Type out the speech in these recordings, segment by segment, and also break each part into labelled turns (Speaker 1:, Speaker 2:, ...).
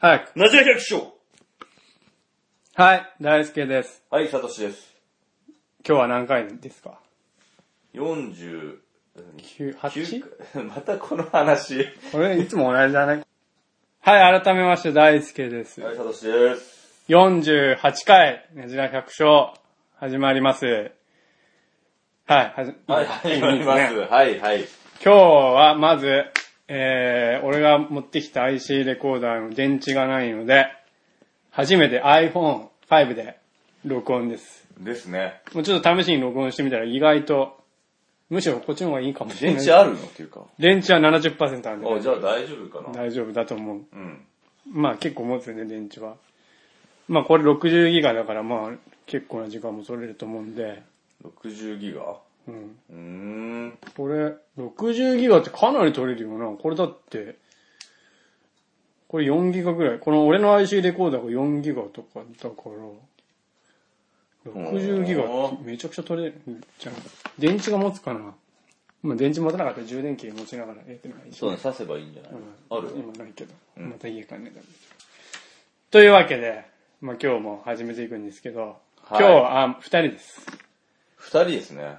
Speaker 1: 早く。
Speaker 2: なじら百姓
Speaker 1: はい、大輔です。
Speaker 2: はい、サトシです。
Speaker 1: 今日は何回ですか
Speaker 2: 49
Speaker 1: ?8?
Speaker 2: またこの話。はい、
Speaker 1: これいつも同じだね。はい、改めまして大輔です。
Speaker 2: サトシです。
Speaker 1: 48回、ねじら百姓、始まります。はい、はじ、
Speaker 2: はい、始まります。はい、はい。
Speaker 1: 今日はまず、えー、俺が持ってきた IC レコーダーの電池がないので、初めて iPhone5 で録音です。
Speaker 2: ですね。
Speaker 1: もうちょっと試しに録音してみたら意外と、むしろこっちの方がいいかもしれ
Speaker 2: 電
Speaker 1: ない。
Speaker 2: 池あるのっていうか。
Speaker 1: 電池は70%なんで、
Speaker 2: あ、じゃあ大丈夫かな。
Speaker 1: 大丈夫だと思う。
Speaker 2: うん。
Speaker 1: まあ結構持つよね、電池は。まあこれ60ギガだから、まあ結構な時間も取れると思うんで、
Speaker 2: 60ギガ
Speaker 1: うん。
Speaker 2: うーん。
Speaker 1: これ、60ギガってかなり取れるよな。これだって、これ4ギガぐらい。この俺の IC レコーダーが4ギガとかだから、60ギガってめちゃくちゃ取れるじゃん。電池が持つかな。まあ電池持たなかったら充電器持ちながらやってるのがいいし
Speaker 2: そうね、刺せばいいんじゃないある
Speaker 1: 今ないけど、また家帰んないとダメというわけで、まあ今日も始めていくんですけど、
Speaker 2: はい
Speaker 1: 今日は、あ、二人です。
Speaker 2: 二人ですね。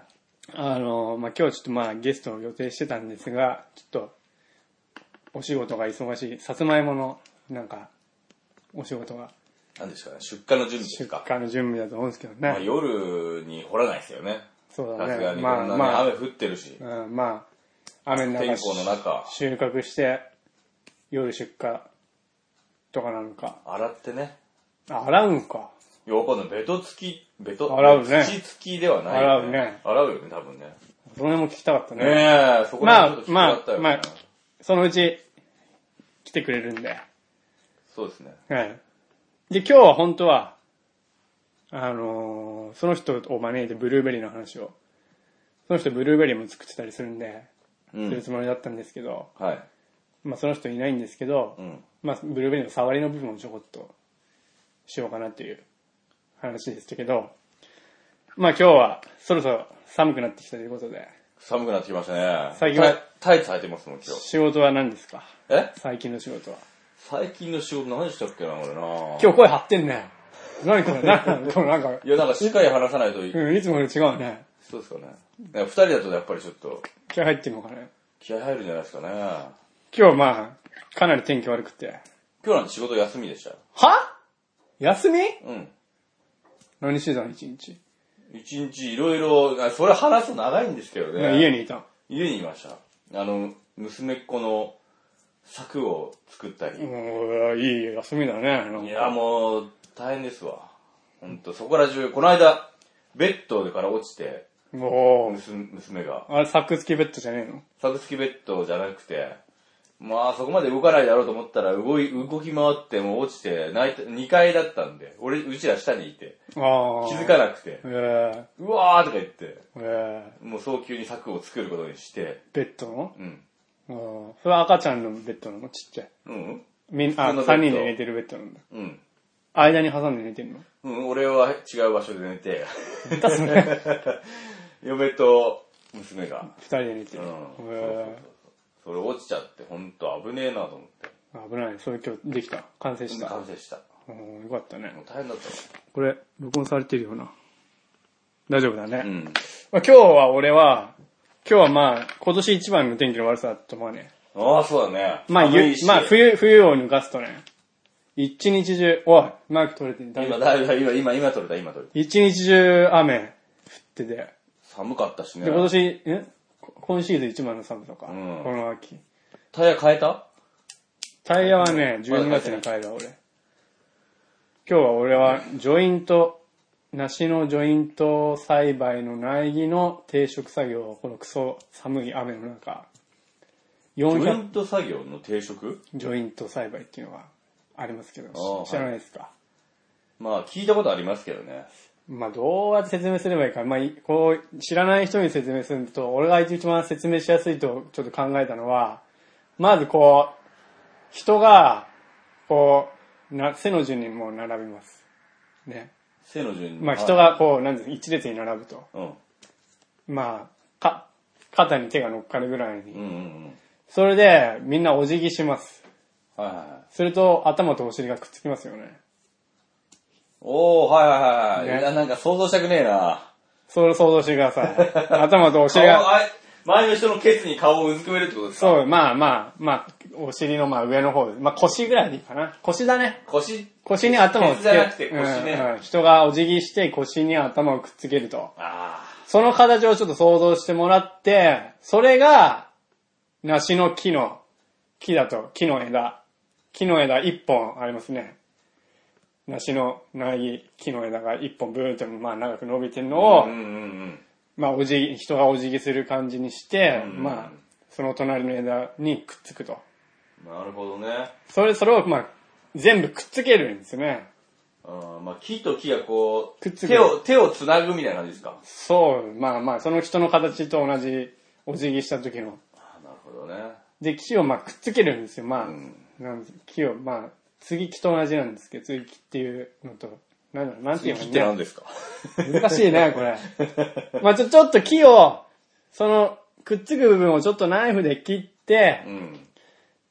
Speaker 1: あの、まあ今日ちょっとまあゲストを予定してたんですが、ちょっと、お仕事が忙しい、さつまいもの、なんか、お仕事が、
Speaker 2: 何ですかね、出荷の準備です
Speaker 1: 出
Speaker 2: か。
Speaker 1: 荷の準備だと思うんですけどね。
Speaker 2: まあ、夜に掘らないですよね。
Speaker 1: そう
Speaker 2: さ
Speaker 1: だ
Speaker 2: すが
Speaker 1: ね。
Speaker 2: に、
Speaker 1: ま
Speaker 2: こ
Speaker 1: あ
Speaker 2: んなね、
Speaker 1: まあ
Speaker 2: 雨降ってるし、、
Speaker 1: うん、まあ、雨の中
Speaker 2: 天候の中、
Speaker 1: 収穫して、夜出荷とかなのか。
Speaker 2: 洗ってね。
Speaker 1: あ洗うんか。
Speaker 2: いや、わかんない。ベト付き、ベト、
Speaker 1: 洗うね
Speaker 2: 土付きではない、
Speaker 1: 洗うね。
Speaker 2: 洗うよね、多分ね。
Speaker 1: その辺も聞きたかったね。
Speaker 2: ねえ、そこ
Speaker 1: ま
Speaker 2: ら
Speaker 1: あ
Speaker 2: 辺ちょっ
Speaker 1: まあ、
Speaker 2: と、引き合い
Speaker 1: ま
Speaker 2: だ
Speaker 1: あ
Speaker 2: ったよね、
Speaker 1: そのうち来てくれるんで。
Speaker 2: そうですね。
Speaker 1: はい。で、今日は本当は、あのーその人を招いてブルーベリーの話を。その人ブルーベリーも作ってたりするんで、す
Speaker 2: う
Speaker 1: る
Speaker 2: ん。
Speaker 1: つもりだったんですけど、
Speaker 2: はい。
Speaker 1: まあその人いないんですけど、
Speaker 2: うん。
Speaker 1: まあブルーベリーの触りの部分をちょこっとしようかなっていう話でしたけど、まあ今日はそろそろ寒くなってきたということで、
Speaker 2: 寒くなってきましたね。
Speaker 1: 最近は
Speaker 2: タイタイツ履いてますもん、今日。
Speaker 1: 仕事は何ですか
Speaker 2: え
Speaker 1: 最近の仕事は。
Speaker 2: 最近の仕事何でしたっけな、俺な。
Speaker 1: 今日声張ってんね。何これ何これなんか、
Speaker 2: いや、なんかしっかり話さないとい、
Speaker 1: うん、いつもより違うね。
Speaker 2: そうですかね。なんか二人だとやっぱりちょっと、
Speaker 1: 気合入ってんのかね。
Speaker 2: 気合入るんじゃないですかね。
Speaker 1: 今日まあ、かなり天気悪くて。
Speaker 2: 今日なんて仕事休みでしたよ。
Speaker 1: は休み
Speaker 2: うん。
Speaker 1: 何してたの一日。
Speaker 2: 一日いろいろ、あそれ話すの長いんですけどね。
Speaker 1: 家にいたの。
Speaker 2: 家にいました。あの、娘っ子の柵を作ったり。
Speaker 1: もう、いい休みだね。なん
Speaker 2: い
Speaker 1: か
Speaker 2: や、もう、大変ですわ。ほんと、そこら中、この間、ベッドから落ちて、
Speaker 1: もう、
Speaker 2: 娘娘が、
Speaker 1: あれサックスキベッドじゃねえの
Speaker 2: サブスキベッドじゃなくて、まあ、そこまで動かないだろうと思ったら、動い、動き回って、もう落ちて、泣いて、2階だったんで、俺、うちら下にいて、
Speaker 1: ああ。
Speaker 2: 気づかなくて
Speaker 1: え、ー、
Speaker 2: うわーとか言って、
Speaker 1: えー、
Speaker 2: もう早急に柵を作ることにして、
Speaker 1: ベッドの
Speaker 2: うん。
Speaker 1: あーそれは赤ちゃんのベッドなのちっちゃい。
Speaker 2: うん
Speaker 1: みん
Speaker 2: 普通のベ
Speaker 1: あ、
Speaker 2: ッド
Speaker 1: 三人で寝てるベッドなんだ。
Speaker 2: うん。
Speaker 1: 間に挟んで寝てんの
Speaker 2: うん、俺は違う場所で寝て、 嫁と娘が。
Speaker 1: 二人で寝て
Speaker 2: う
Speaker 1: る。
Speaker 2: ん。
Speaker 1: え
Speaker 2: それ落ちちゃって、ほんと危ねえなと思って。
Speaker 1: ー、危ない。それ今日できた。完成した。
Speaker 2: 完成した。
Speaker 1: うんよかったね
Speaker 2: もう。大変だったわ
Speaker 1: これ、録音されてるよな。大丈夫だね。
Speaker 2: うん。
Speaker 1: まあ、今日は俺は、今日はまあ、今年一番の天気の悪さだと思うね。
Speaker 2: ああ、そうだね。
Speaker 1: まあ、
Speaker 2: 寒
Speaker 1: ゆ
Speaker 2: いし
Speaker 1: まあ、。冬、冬を抜かすとね、一日中、おい、マーク取れてる。
Speaker 2: 今、だいぶ、今、今、今取れた、今取れた。
Speaker 1: 一日中雨降ってて、で、
Speaker 2: 寒かったしね。
Speaker 1: 今年、えこ今シーズン一番の寒さか、
Speaker 2: うん
Speaker 1: この秋。
Speaker 2: タイヤ変えた
Speaker 1: タイヤはね、
Speaker 2: まだ
Speaker 1: 12月に変えた俺。今日は俺は、ジョイント、梨のジョイント栽培の苗木の定食作業を、このクソ寒い雨の中、
Speaker 2: ジョイ
Speaker 1: 400
Speaker 2: ント作業の定食
Speaker 1: ジョイント栽培っていうのがありますけど、
Speaker 2: ああ
Speaker 1: 知知らないですか、
Speaker 2: まあ、聞いたことありますけどね。
Speaker 1: まあ、どうやって説明すればいいか、まあ、いこう、知らない人に説明すると、俺が一番説明しやすいとちょっと考えたのは、まずこう、人が、こう、な背の順にもう並びます。ね。
Speaker 2: 背の順に。
Speaker 1: まあ、人がこう、なんです一列に並ぶと。
Speaker 2: うん。
Speaker 1: まあ、か、肩に手が乗っかるぐらい
Speaker 2: うん
Speaker 1: に。
Speaker 2: うんうん。
Speaker 1: それで、みんなお辞儀します。
Speaker 2: はいはいはい。
Speaker 1: すると、頭とお尻がくっつきますよね。
Speaker 2: おー、はいはいはいはい。
Speaker 1: ね
Speaker 2: いや、なんか想像したくねえな。
Speaker 1: そう想像してください。頭とお
Speaker 2: 顔
Speaker 1: 尻が、
Speaker 2: あ前の人のケツに顔をうずくめるってことですか
Speaker 1: そう、まあまあ、まあ、お尻のまあ上の方で、まあ腰ぐらいでいいかな。腰だね。
Speaker 2: 腰。
Speaker 1: 腰に頭をつける。
Speaker 2: ケツじゃなくて腰ね
Speaker 1: うんうん人がお辞儀して腰に頭をくっつけると。
Speaker 2: あ
Speaker 1: その形をちょっと想像してもらって、それが、梨の木の、木だと、木の枝。木の枝一本ありますね。梨の苗木、木の枝が一本ブーンとまあ長く伸びてるの
Speaker 2: あ。
Speaker 1: を、
Speaker 2: うんうん
Speaker 1: まあおじぎ、人がお辞儀する感じにして、
Speaker 2: うん
Speaker 1: まあ、その隣の枝にくっつくと。
Speaker 2: うん。なるほどね。
Speaker 1: それ、それをまあ、全部くっつけるんですね。
Speaker 2: うんまあ、木と木がこう、
Speaker 1: くっつく
Speaker 2: 手を、手をつなぐみたいな感じですか。
Speaker 1: そう、まあまあ、その人の形と同じお辞儀した時の。
Speaker 2: あなるほどね。
Speaker 1: で、木をまあくっつけるんですよ。まあ、
Speaker 2: ん
Speaker 1: なん木を、まあ、継ぎ木と同じなんですけど、継ぎ木っていうのと、なんだろう、なんていうの
Speaker 2: 木
Speaker 1: か
Speaker 2: って
Speaker 1: な、
Speaker 2: 何ですか
Speaker 1: 難しいね、これ。まあちょ、ちょっと木を、その、くっつく部分をちょっとナイフで切って
Speaker 2: う、ん。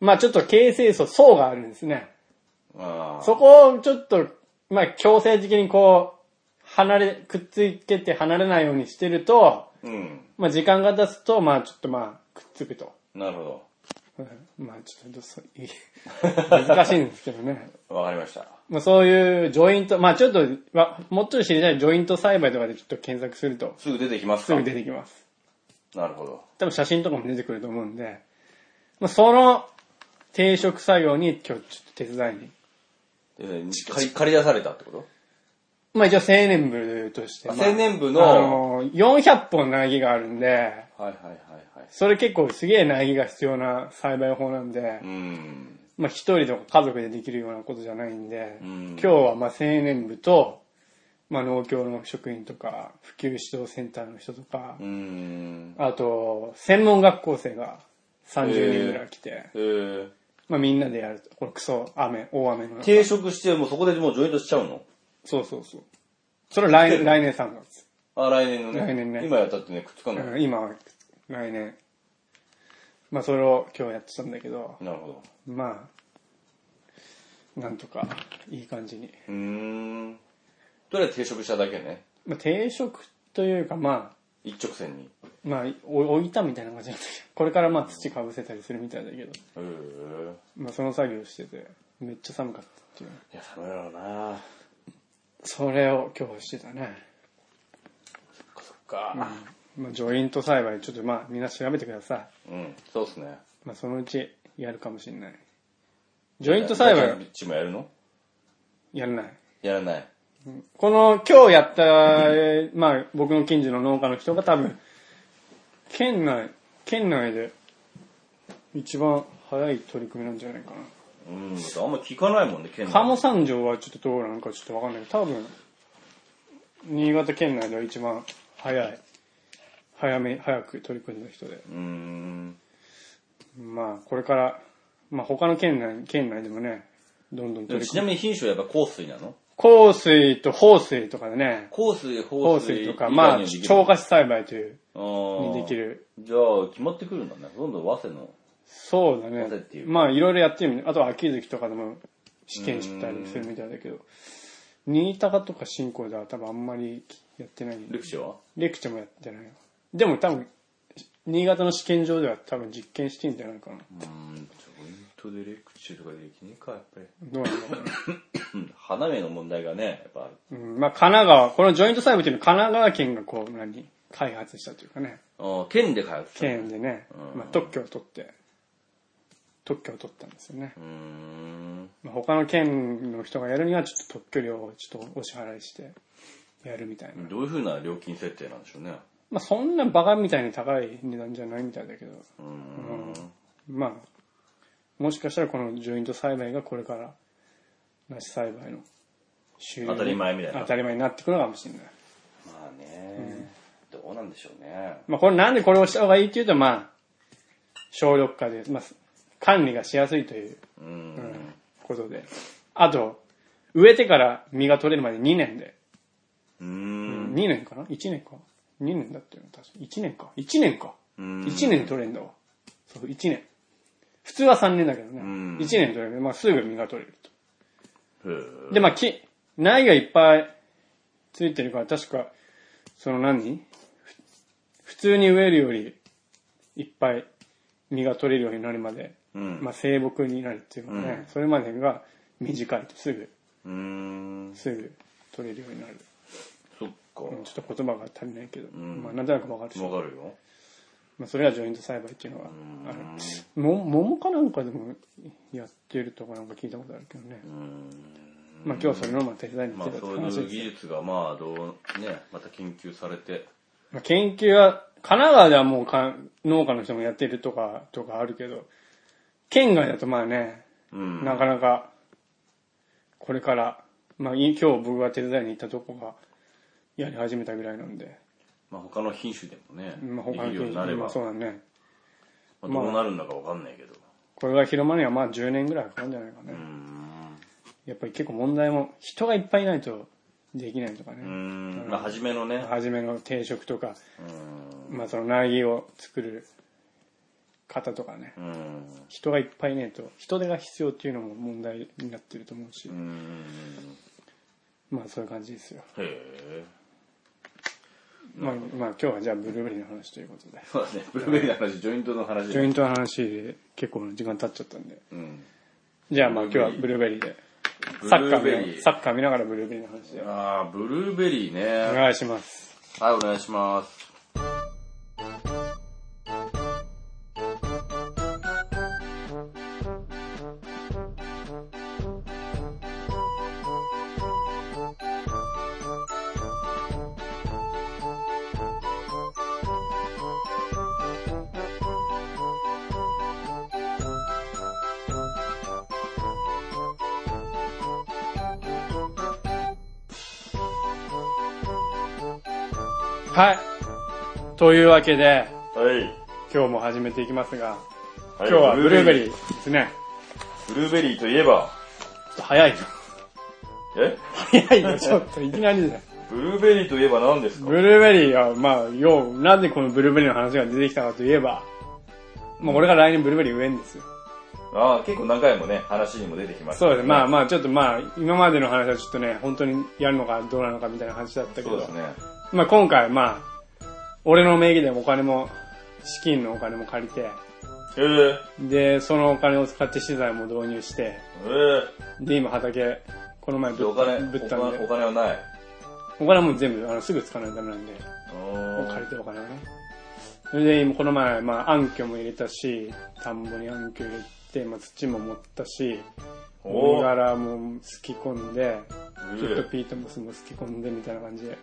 Speaker 1: まあちょっと形成層、層があるんですね。
Speaker 2: あ
Speaker 1: そこをちょっと、まあ強制的にこう、離れ、くっつけて離れないようにしてると、
Speaker 2: う。うん。
Speaker 1: まあ時間が経つと、まあちょっとまあ、くっつくと。
Speaker 2: なるほ
Speaker 1: うんまあちょっとそうい難しいんですけどね。
Speaker 2: ど。わかりました。
Speaker 1: まあそういうジョイント、まあちょっと、わもうちょっと知りたいジョイント栽培とかでちょっと検索すると、
Speaker 2: すぐ出てきます
Speaker 1: す
Speaker 2: か
Speaker 1: ぐ出てきます。
Speaker 2: なるほど。
Speaker 1: 多分写真とかも出てくると思うんで、まあその定食作業に今日ちょっと手伝いに。
Speaker 2: で借り、借り出されたってこと
Speaker 1: まあ一応青年部として。
Speaker 2: あ
Speaker 1: まあ
Speaker 2: 青年部
Speaker 1: あ
Speaker 2: の、
Speaker 1: の、400本苗木があるんで、
Speaker 2: はいはいはいはい。
Speaker 1: それ結構すげえ苗木が必要な栽培法なんで
Speaker 2: う、ん。
Speaker 1: まあ一人とか家族でできるようなことじゃないんで、
Speaker 2: うん
Speaker 1: 今日はまあ青年部と、まあ農協の職員とか、普及指導センターの人とか
Speaker 2: う、ん。
Speaker 1: あと、専門学校生が30人ぐらい来て、
Speaker 2: えー、
Speaker 1: まあみんなでやると。これクソ、雨、大雨の中。
Speaker 2: 定食して、もうそこでもうジョイントしちゃうの
Speaker 1: そうそうそう。それは来年、来年3月。
Speaker 2: あ、来年のね。
Speaker 1: 来年ね
Speaker 2: 今やったってね、くっつかない。
Speaker 1: うん今は、来年。まあそれを今日やってたんだけど、
Speaker 2: なるほど。
Speaker 1: まあ、なんとか、いい感じに。
Speaker 2: うーん。とりあえず定食しただけね。
Speaker 1: まあ定食というかまあ、
Speaker 2: 一直線に。
Speaker 1: まあ、お置いたみたいな感じなんだけど、これからまあ土かぶせたりするみたいだけど、
Speaker 2: へー
Speaker 1: まあその作業してて、めっちゃ寒かったっていう。
Speaker 2: いや、寒いだろうな
Speaker 1: それを今日してたね。
Speaker 2: そっか。
Speaker 1: まあジョイント栽培、ちょっとまあみんな調べてください。
Speaker 2: うん、そうっすね。
Speaker 1: まあそのうちやるかもしれない。ジョイント栽
Speaker 2: ビ
Speaker 1: 培
Speaker 2: ッチもやるの
Speaker 1: やらない。
Speaker 2: やらない。
Speaker 1: この今日やった、えーまあ僕の近所の農家の人が多分、県内、県内で一番早い取り組みなんじゃないかな。
Speaker 2: うん、だってあんま聞かないもんね、県内
Speaker 1: 鴨三条はちょっとどうなのかちょっとわかんないけど、多分、新潟県内では一番早い、早め、早く取り組んだ人で。
Speaker 2: うーん。
Speaker 1: まあ、これから、まあ他の県内、県内でもね、どんどん
Speaker 2: で
Speaker 1: 取
Speaker 2: も
Speaker 1: り
Speaker 2: ちな
Speaker 1: 組む。
Speaker 2: みに品種はやっぱ香水なの
Speaker 1: 香水と放水とかでね、
Speaker 2: 香水、
Speaker 1: 香
Speaker 2: 香水
Speaker 1: 水とか、まあ、超
Speaker 2: 過
Speaker 1: 過栽培という、
Speaker 2: に
Speaker 1: にでき。る。
Speaker 2: じゃあ、決まってくるんだね。どんどん早稲の。
Speaker 1: そうだ
Speaker 2: 混
Speaker 1: ね
Speaker 2: ぜってい。う
Speaker 1: まあ、いろいろやってみる。あとは秋月とかでも試験したりするみたいだけど、新高とか新興では多分あんまりやってない。
Speaker 2: ルクシは
Speaker 1: レクチャーもやってないよ。でも多分、新潟の試験場では多分実験してんじゃないかな。
Speaker 2: うーん、ジョイントでレクチューとかできねえか、やっぱり。
Speaker 1: どうなんだろうね。
Speaker 2: うん花芽の問題がね、やっぱある。
Speaker 1: うん、まあ神奈川、このジョイントサイブっていうのは神奈川県がこう、何、開発したというかね、
Speaker 2: あー県で開発したの
Speaker 1: 県でね、
Speaker 2: うん
Speaker 1: まあ特許を取って、特許を取ったんですよね。
Speaker 2: うーん。
Speaker 1: まあ、他の県の人がやるにはちょっと特許料をちょっとお支払いして、やるみたいな。
Speaker 2: どういう風な料金設定なんでしょうね。
Speaker 1: まあそんなバカみたいに高い値段じゃないみたいだけど、
Speaker 2: うーん。
Speaker 1: まあ、もしかしたらこのジョイント栽培がこれから、梨栽培の主流に
Speaker 2: 当たり前みたいな
Speaker 1: 当たり前になってくるのかもしれない。
Speaker 2: まあね、どうなんでしょうね。
Speaker 1: まあこれなんでこれをした方がいいっていうと、まあ、省力化で、まあ、管理がしやすいというう
Speaker 2: う
Speaker 1: ん
Speaker 2: ん。
Speaker 1: ことで。あと、植えてから実が取れるまで2年で。
Speaker 2: うー
Speaker 1: 2
Speaker 2: ん。
Speaker 1: 年かな ?1 年か ?2 年だったよね、確か。1年か。1年か。
Speaker 2: うん
Speaker 1: 1年で取れんだわ。そう、1年。普通は3年だけどね。
Speaker 2: う
Speaker 1: 1
Speaker 2: ん
Speaker 1: 年取れるけど、まあすぐ身が取れると。
Speaker 2: へー
Speaker 1: で、まあ、き、苗がいっぱいついてるから、確か、その何ふ普通に植えるより、いっぱい実が取れるようになるまで、
Speaker 2: うん。
Speaker 1: まあ、生木になるっていうかね、
Speaker 2: うん
Speaker 1: それまでが短いと、すぐ、
Speaker 2: うーん。
Speaker 1: すぐ取れるようになる。
Speaker 2: そっか。
Speaker 1: うんちょっと言葉が足りないけど、
Speaker 2: ん
Speaker 1: まあ、なんとなくわかるでしょ。
Speaker 2: わかるよ。
Speaker 1: まあ、それがジョイント栽培っていうのがある。も、桃かなんかでもやってるとかなんか聞いたことあるけどね。
Speaker 2: うーん。
Speaker 1: まあ、今日はそれのまあ手伝いに
Speaker 2: ま
Speaker 1: 来
Speaker 2: あ
Speaker 1: てたって
Speaker 2: そう
Speaker 1: 話で
Speaker 2: いう
Speaker 1: すけ
Speaker 2: 技
Speaker 1: ど
Speaker 2: 術がまあどう、ね、また研究されて。
Speaker 1: まあ、研究は、神奈川ではもうか農家の人もやってるとか、とかあるけど、県外だとまあね、
Speaker 2: うん。
Speaker 1: なかなか、これから、まあい今日僕が手伝いに行ったとこが、やり始めたぐらいなんで、
Speaker 2: まあ他の品種でもね、
Speaker 1: まあ他
Speaker 2: で
Speaker 1: の
Speaker 2: きるよう
Speaker 1: 県
Speaker 2: になれば、
Speaker 1: まあそうだね。
Speaker 2: まあどうなるんだかわかんないけど。
Speaker 1: これが広まるにはまあ10年ぐらいかかるんじゃないかね。
Speaker 2: うーん。
Speaker 1: やっぱり結構問題も、人がいっぱいいないとできないとか
Speaker 2: うー
Speaker 1: ね。
Speaker 2: ん。まあ初めのね。
Speaker 1: 初めの定食とか、
Speaker 2: う
Speaker 1: まあその苗木を作る方とかね。
Speaker 2: ーん。う
Speaker 1: 人がいっぱいいねえと人手が必要っていうのも問題になってると思うし、
Speaker 2: ーん。
Speaker 1: まあそういう感じですよ、
Speaker 2: へえ。
Speaker 1: まあ、まあ今日はじゃあブルーベリーの話ということで
Speaker 2: そうだね。ブルーベリーの話、ジョイントの話。
Speaker 1: ジョイントの話で結構時間経っちゃったんで
Speaker 2: うん。
Speaker 1: じゃあまあ今日はブルーベリーでサッカー
Speaker 2: ブルーベリ
Speaker 1: 見な
Speaker 2: ー
Speaker 1: サッカー見ながらブルーベリーの話でお
Speaker 2: ああ、ブルーベリーね。
Speaker 1: 願いします
Speaker 2: はい、お願いします。
Speaker 1: はいというわけで
Speaker 2: はい。
Speaker 1: 今日も始めていきますが
Speaker 2: 今
Speaker 1: 今日はブルーベリーですね
Speaker 2: ー。ブルーベリーといえば、
Speaker 1: ちょっと早いよ
Speaker 2: え
Speaker 1: 早い よちょっといきなりだよ
Speaker 2: ブルーベリーといえば何ですか
Speaker 1: ブルーベリーは、まあ、よう、なんでこのブルーベリーの話が出てきたかといえば、まあ、俺が来年ブルーベリー植えんですよ。
Speaker 2: ああ、結構何回もね、話にも出てきました
Speaker 1: そうですね。まあ
Speaker 2: あ、
Speaker 1: まあ、ちょっとまあ、今までの話はちょっとね、本当にやるのかどうなのかみたいな話だったけ
Speaker 2: そう
Speaker 1: ど、
Speaker 2: ですね。
Speaker 1: まあ今回まあ、俺の名義でお金も、資金のお金も借りて、
Speaker 2: へえ。
Speaker 1: で、そのお金を使って資材も導入して、
Speaker 2: え
Speaker 1: で、今畑、この前
Speaker 2: え。
Speaker 1: ぶ
Speaker 2: お
Speaker 1: っ
Speaker 2: 金、
Speaker 1: ぶ
Speaker 2: お
Speaker 1: ったん
Speaker 2: 金お
Speaker 1: で、
Speaker 2: 金はない。
Speaker 1: お金はもう全部、あの、すぐ使わないとダメなんで、
Speaker 2: お
Speaker 1: 借りてお金をね。それで、今この前、まあ、暗渠も入れたし、田んぼに暗渠入れて、まあ、土も持ったし、
Speaker 2: お
Speaker 1: も
Speaker 2: ー
Speaker 1: み殻もすき込んで、
Speaker 2: え
Speaker 1: キットピートもすもすき込んでみたいな感じで。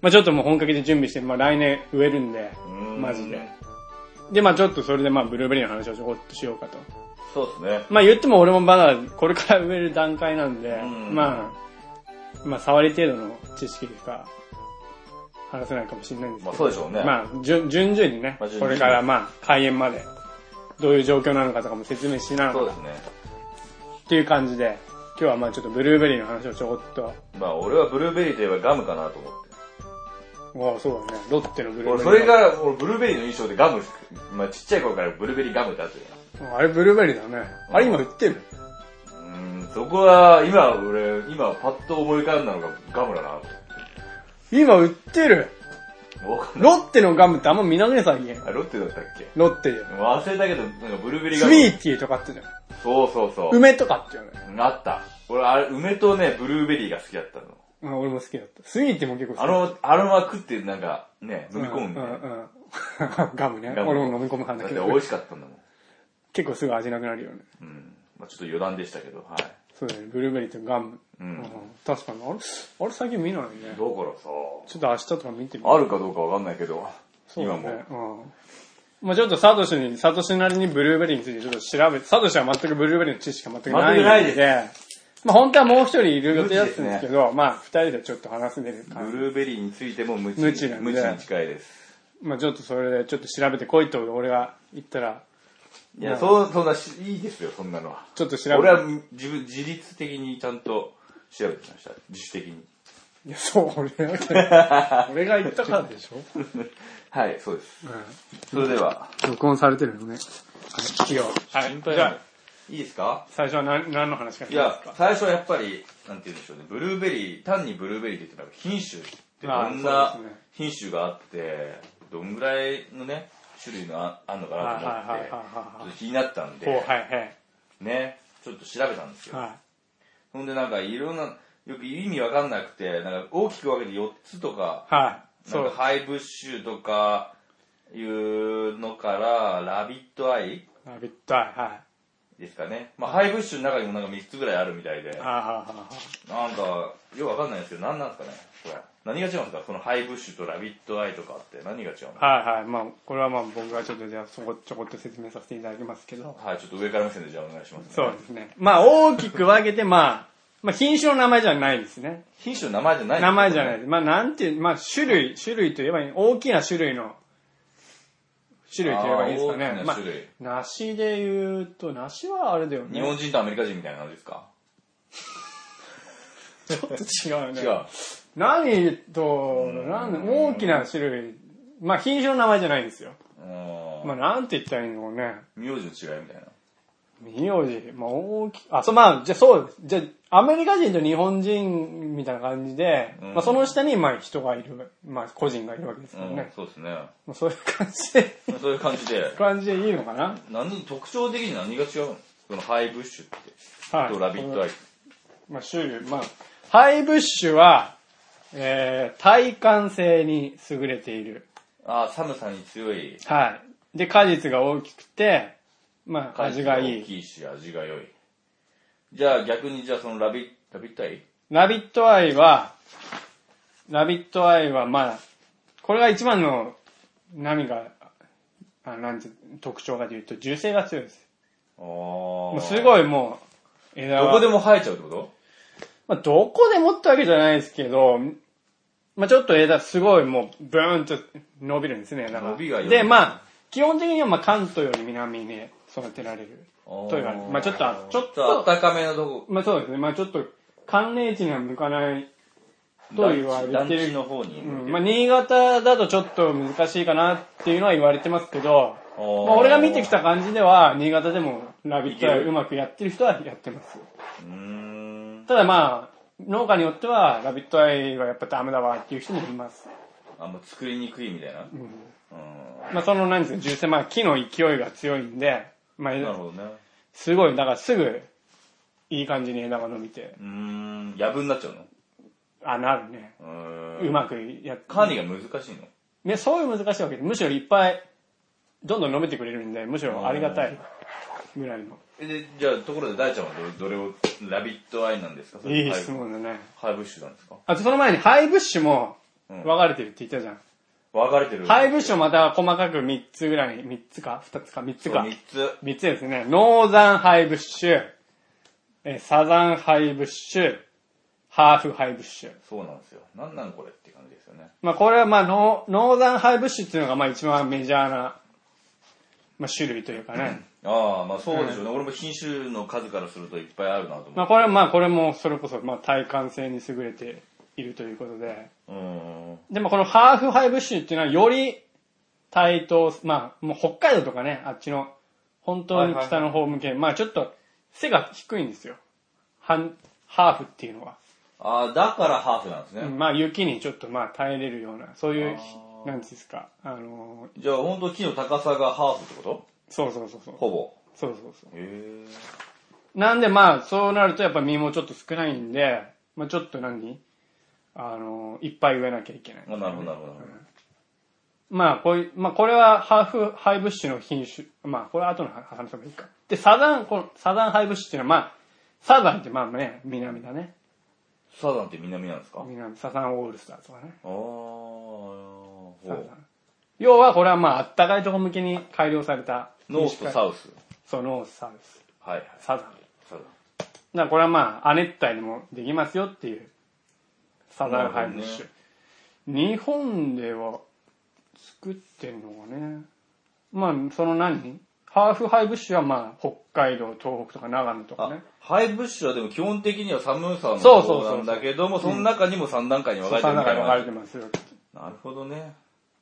Speaker 1: まあ、ちょっともう本格的に準備して、まあ、来年植えるんで、
Speaker 2: うん
Speaker 1: マジで。で、まあ、ちょっとそれで、まあ、ブルーベリーの話をちょこっとしようかと。
Speaker 2: そうですね。
Speaker 1: まあ、言っても俺もまだこれから植える段階なんで、
Speaker 2: うん
Speaker 1: まあ、まあ、触り程度の知識でしか話せないかもしれないんですけど
Speaker 2: まあ、そうでしょうね。
Speaker 1: まあ、順順々にね、
Speaker 2: まあ順々に
Speaker 1: これからまあ、開演まで、どういう状況なのかとかも説明しな
Speaker 2: そ
Speaker 1: が
Speaker 2: う
Speaker 1: ら
Speaker 2: で
Speaker 1: っ
Speaker 2: すね。
Speaker 1: ていう感じで、今日はまあちょっとブルーベリーの話をちょこっと、
Speaker 2: まあ、俺はブルーベリーといえばガムかなと思って。
Speaker 1: おうそうだね、ロッテのブルーベ
Speaker 2: 俺、
Speaker 1: リー。
Speaker 2: それ、が、俺、ブルーベリーの印象でガム、まあ、ちっちゃい頃からブルーベリーガムってあったじ
Speaker 1: あれブルーベリーだね。あれ今売ってる
Speaker 2: ゃん。うーん、そこは、今、俺、今、パッと思い浮かんだのがガムだなと思って。
Speaker 1: 今売ってる
Speaker 2: わかんない
Speaker 1: ロッテのガムってあんま見なねえ最近。
Speaker 2: あロッテだったっけ
Speaker 1: ロッテよ。
Speaker 2: 忘れたけど、なんかブルーベリー
Speaker 1: ス
Speaker 2: ガム。
Speaker 1: イーティーとかあったじゃん。
Speaker 2: そうそうそう。
Speaker 1: 梅とかあったよね。
Speaker 2: あった。俺、あれ、梅とね、ブルーベリーが好きだったの。
Speaker 1: あ俺も好きだった。スイーティーも結構好き
Speaker 2: あの、あのまま食ってなんか、ね、飲み込む
Speaker 1: うん
Speaker 2: みたいな。
Speaker 1: うんうん ガムね。
Speaker 2: ガム
Speaker 1: 俺も飲み込む派
Speaker 2: だっ
Speaker 1: だけ
Speaker 2: て
Speaker 1: ど
Speaker 2: 美、味しかったんだもん。
Speaker 1: 結構すぐ味なくなるよね。
Speaker 2: うん。まあちょっと余談でしたけど、はい。
Speaker 1: そうだね、ブルーベリーとガム。
Speaker 2: うん
Speaker 1: 確かに、あれ、あれ最近見ないね
Speaker 2: だ。からさ、
Speaker 1: ちょっと明日とか見てみよう。
Speaker 2: あるかどうかわかんないけど、
Speaker 1: そうだ
Speaker 2: 今
Speaker 1: ね
Speaker 2: も。
Speaker 1: うん。まあちょっとサトシに、サトシなりにブルーベリーについてちょっと調べて、サトシは全くブルーベリーの知識が全くない
Speaker 2: 全くない
Speaker 1: んで、まあ本当はもう一人いる予定だったんですけ
Speaker 2: 無知です
Speaker 1: ど、まあ二人でちょっと話せれる
Speaker 2: ブ
Speaker 1: 感じ。
Speaker 2: ルーベリーについても無知
Speaker 1: 無知なんで
Speaker 2: 無知に近いです。
Speaker 1: まあちょっとそれでちょっと調べてこいと俺が言ったら、
Speaker 2: いや、そう、そんなし、いいですよ、そんなのは。
Speaker 1: ちょっと調べ
Speaker 2: 俺
Speaker 1: て
Speaker 2: は自分、自律的にちゃんと調べてきました。自主的に。
Speaker 1: いや、そう、俺 が、俺が言ったからでしょ
Speaker 2: はい、そうです。
Speaker 1: う
Speaker 2: それでは、
Speaker 1: ん。録音されてるのね。聞きよう。はい。じゃあ、
Speaker 2: いいですか
Speaker 1: 最初は何何の話か
Speaker 2: いや、最初はやっぱり、なんて言うんでしょうね、ブルーベリー、単にブルーベリーって言ってたら品種ってどん
Speaker 1: ああ
Speaker 2: な
Speaker 1: そうですね
Speaker 2: 品種があって、どんぐらいのね、種類がああんのか
Speaker 1: はいはい
Speaker 2: なと
Speaker 1: はいはい
Speaker 2: 思って、ちょ
Speaker 1: は
Speaker 2: っと気になったん
Speaker 1: い。こ
Speaker 2: で
Speaker 1: う、、はいはい。
Speaker 2: ね、ちょっと調べたんですよ。
Speaker 1: は
Speaker 2: ほんでなんかいろんな、よく意味わかんなくて、なんか大きく分けて4つとか、
Speaker 1: い。はい。
Speaker 2: な
Speaker 1: そ
Speaker 2: んか
Speaker 1: う。
Speaker 2: ハイブッシュとかいうのから、ラビットアイ
Speaker 1: ラビットアイ、は
Speaker 2: ですかね。まあハイブッシュの中にもなんか3つぐらいあるみたいで
Speaker 1: い。は、いはいはいはい。
Speaker 2: なんか、よくわかんないんですけど、何なんですかね、これ。何が違うんですかこのハイブッシュとラビットアイとかって何が違うの
Speaker 1: はいはい。まあ、これはまあ僕がちょっとじゃあそこちょこっと説明させていただきますけど。
Speaker 2: はい、ちょっと上から目線でじゃあお願いします、ね。
Speaker 1: そうですね。まあ、大きく分けて、まあ、まあ、品種の名前じゃないですね。
Speaker 2: 品種の名前じゃない
Speaker 1: 名前じゃない
Speaker 2: い。
Speaker 1: です。まあ、なんていう、まあ、種類、種類といえばいい、大きな種類の、種類といえばいいですか
Speaker 2: あー
Speaker 1: ね。
Speaker 2: 大きな
Speaker 1: ま
Speaker 2: 種類
Speaker 1: あ、梨で言うと、梨はあれだよ
Speaker 2: 日
Speaker 1: ね。
Speaker 2: 本人とアメリカ人みたいな感じですか
Speaker 1: ちょっと違うよね。
Speaker 2: 違う。
Speaker 1: 何と、なん大きな種類、まあ、品種の名前じゃないですよ。
Speaker 2: うーん。
Speaker 1: まあ、なんて言ったらいいのかね。
Speaker 2: 名字の違いみたいな。
Speaker 1: 名字、まあ、大きあ、そう、まあ、じゃあそう、じゃあアメリカ人と日本人みたいな感じで、
Speaker 2: うん
Speaker 1: まあ、その下に、まあ、人がいる、まあ、個人がいるわけですからね。
Speaker 2: うん、そうですね。
Speaker 1: まあ、そういう感じで、
Speaker 2: そういう感じで、
Speaker 1: 感じでいいのかな
Speaker 2: なんで特徴的に何が違うのこのハイブッシュって。
Speaker 1: はい。
Speaker 2: とラビットアイ。
Speaker 1: まあ、種類、まあ、ハイブッシュは、えー、耐寒性に優れている。
Speaker 2: あー、寒さに強い。
Speaker 1: はい。で、果実が大きくて、まあ、味がい
Speaker 2: 大
Speaker 1: い。
Speaker 2: きいし、味が良い。じゃあ逆に、じゃあそのラビラビットアイ
Speaker 1: ラビットアイは、ラビットアイは、まあ、これが一番の、何が、あなんて、特徴かというと、樹勢が強いです。
Speaker 2: あ
Speaker 1: もう
Speaker 2: ー
Speaker 1: すごいもう、枝
Speaker 2: ど
Speaker 1: は
Speaker 2: こでも生えちゃうってこと
Speaker 1: まあ、どこでもってわけじゃないですけど、まあ、ちょっと枝すごいもう、ブーンと伸びるんですね、枝が。
Speaker 2: 伸びが良い
Speaker 1: で、まあ、基本的にはまあ関東より南に育てられる。と言われる。まあ、ちょっと、ちょっと、
Speaker 2: 暖かめのとこ、
Speaker 1: まあ、そうですね。まあ、ちょっと、寒冷地には向かないと言わ
Speaker 2: 団
Speaker 1: れて
Speaker 2: 地
Speaker 1: る。
Speaker 2: の方に。
Speaker 1: うん、まあ、新潟だとちょっと難しいかなっていうのは言われてますけど、
Speaker 2: まあ
Speaker 1: まあ、俺が見てき。た感じでは、新潟でもラビットはうまくやってる人はやってます。
Speaker 2: うーん。
Speaker 1: ただまあ、農家によっては、ラビットアイはやっぱダメだわっていう人もいます。
Speaker 2: あんま作りにくいみたいな。うん。
Speaker 1: まあその、なんですか、重生、まあ木の勢いが強いんで、ま
Speaker 2: なる
Speaker 1: あ、
Speaker 2: ほどね。
Speaker 1: すごい、だからすぐ、いい感じに枝が伸びて、
Speaker 2: うーん。やぶになっちゃうの
Speaker 1: あ、なるね。
Speaker 2: うーん。
Speaker 1: うまくやっ
Speaker 2: 管理が難しいの
Speaker 1: ね、そういう難しいわけで、むしろいっぱい、どんどん伸びてくれるんで、むしろありがたいぐらいの。
Speaker 2: えで、じゃあ、ところで大ちゃんはどどれを、ラビットアイなんですかそれ
Speaker 1: いい
Speaker 2: ハイ
Speaker 1: 質問だね。
Speaker 2: ハイブッシュなんですか
Speaker 1: あとその前に、ハイブッシュも、
Speaker 2: うん
Speaker 1: 分かれてるって言ったじゃん。
Speaker 2: 分かれてる。
Speaker 1: ハイブッシュもまた細かく3つぐらいに、3つか ?2 つか ?3 つか。
Speaker 2: 3つ。
Speaker 1: 三つですね。ノーザンハイブッシュ、えーサザンハイブッシュ、ハーフハイブッシュ。
Speaker 2: そうなんですよ。なんなんこれって感じですよね。
Speaker 1: まあこれはまあノーノーザンハイブッシュっていうのがまあ一番メジャーな、まあ、種類というかね。
Speaker 2: ああ、まあそうでしょうね。俺も品種の数からするといっぱいあるなと
Speaker 1: ま
Speaker 2: 思
Speaker 1: あ
Speaker 2: う。
Speaker 1: これはまあこれもそれこそまあ耐寒性に優れているということで。
Speaker 2: うーん。
Speaker 1: でもこのハーフハイブッシュっていうのはより対等、まあもう北海道とかね、あっちの本当に北の方向け、まあちょっと背が低いんですよ。ハンハーフっていうのは。
Speaker 2: ああ、だからハーフなんですね。
Speaker 1: うんまあ雪にちょっとまあ耐えれるような、そういう
Speaker 2: あ、ー
Speaker 1: なんていうんですか、あのー、
Speaker 2: じゃあ本当木の高さがハーフってこと
Speaker 1: そうそうそうそう。
Speaker 2: ほぼ。
Speaker 1: そうそうそ
Speaker 2: へえ。
Speaker 1: う。なんでまあそうなるとやっぱ実もちょっと少ないんで、まあちょっと何あのー、いっぱい植えなきゃいけない。
Speaker 2: あなるほど、なるほど。
Speaker 1: まあこういう、まあこれはハーフハイブッシュの品種、まあこれは後の話せばいいか。で、サザン、このサザンハイブッシュっていうのはまあ、サザンってまあね、南だね。
Speaker 2: サザンって南なんですかああ。
Speaker 1: 南、サザンオールスターとかね。
Speaker 2: ほ
Speaker 1: サザ
Speaker 2: う
Speaker 1: ン。要はこれはまああったかいとこ向けに改良された。
Speaker 2: ノースとサウス。
Speaker 1: そう、ノース、サウス、
Speaker 2: はいはい。
Speaker 1: サザン。だか
Speaker 2: サザン。
Speaker 1: らこれはまあ、亜熱帯でもできますよっていう、サザンハイブッシュ。
Speaker 2: なる
Speaker 1: 日本では作ってんのがね、まあ、その何ハーフハイブッシュはまあ、北海道、東北とか長野とか
Speaker 2: あ
Speaker 1: ね。、
Speaker 2: ハイブッシュはでも基本的には寒さの
Speaker 1: そうそうそ
Speaker 2: 方
Speaker 1: うそう
Speaker 2: なんだけども、その中にも3段階に分かれて
Speaker 1: サ
Speaker 2: るみ
Speaker 1: ザン
Speaker 2: た
Speaker 1: が分
Speaker 2: い
Speaker 1: かれ
Speaker 2: な。
Speaker 1: てますよ。
Speaker 2: なるほどね。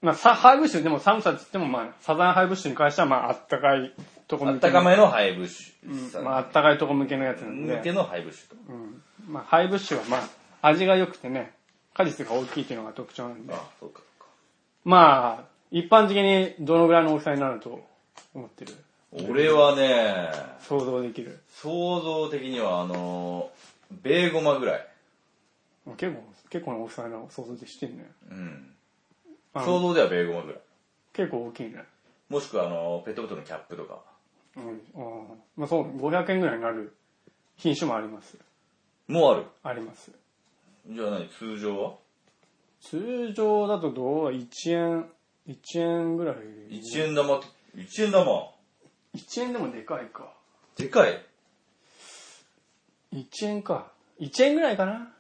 Speaker 1: まあ、さハイブッシュでも寒さって言ってもまあ、サザンハイブッシュに関してはまあ、あったかいとこ
Speaker 2: あ
Speaker 1: 向け
Speaker 2: った
Speaker 1: の。
Speaker 2: かめのハイブッシュさ
Speaker 1: まあ、あったかいとこ向けのやつなん
Speaker 2: 向け
Speaker 1: で。
Speaker 2: のハイブッシュと。
Speaker 1: うん。まあ、ハイブッシュはまあ、味が良くてね、果実が大きいっていうのが特徴なんで。
Speaker 2: あ、そうかそうか。
Speaker 1: まあ、一般的にどのぐらいの大きさになると思ってる
Speaker 2: 俺はね、
Speaker 1: 想像できる。
Speaker 2: 想像的にはあの、ベーゴマぐらい。
Speaker 1: 結構、結構な大きさの想像でしてんね。
Speaker 2: うん。
Speaker 1: あの
Speaker 2: 想像ではベーゴマぐらい。
Speaker 1: 結構大きいね。
Speaker 2: もしくはあの、ペットボトルのキャップとか。
Speaker 1: うん。ああまあそう、500円ぐらいになる品種もあります。
Speaker 2: もうある。
Speaker 1: あります。
Speaker 2: じゃあ何通常は
Speaker 1: 通常だとどう ?1 円、1円ぐらい。
Speaker 2: ?1 円玉って、1円玉。
Speaker 1: 1円でもでかいか。
Speaker 2: でかい。
Speaker 1: 1円か。1円ぐらいかな。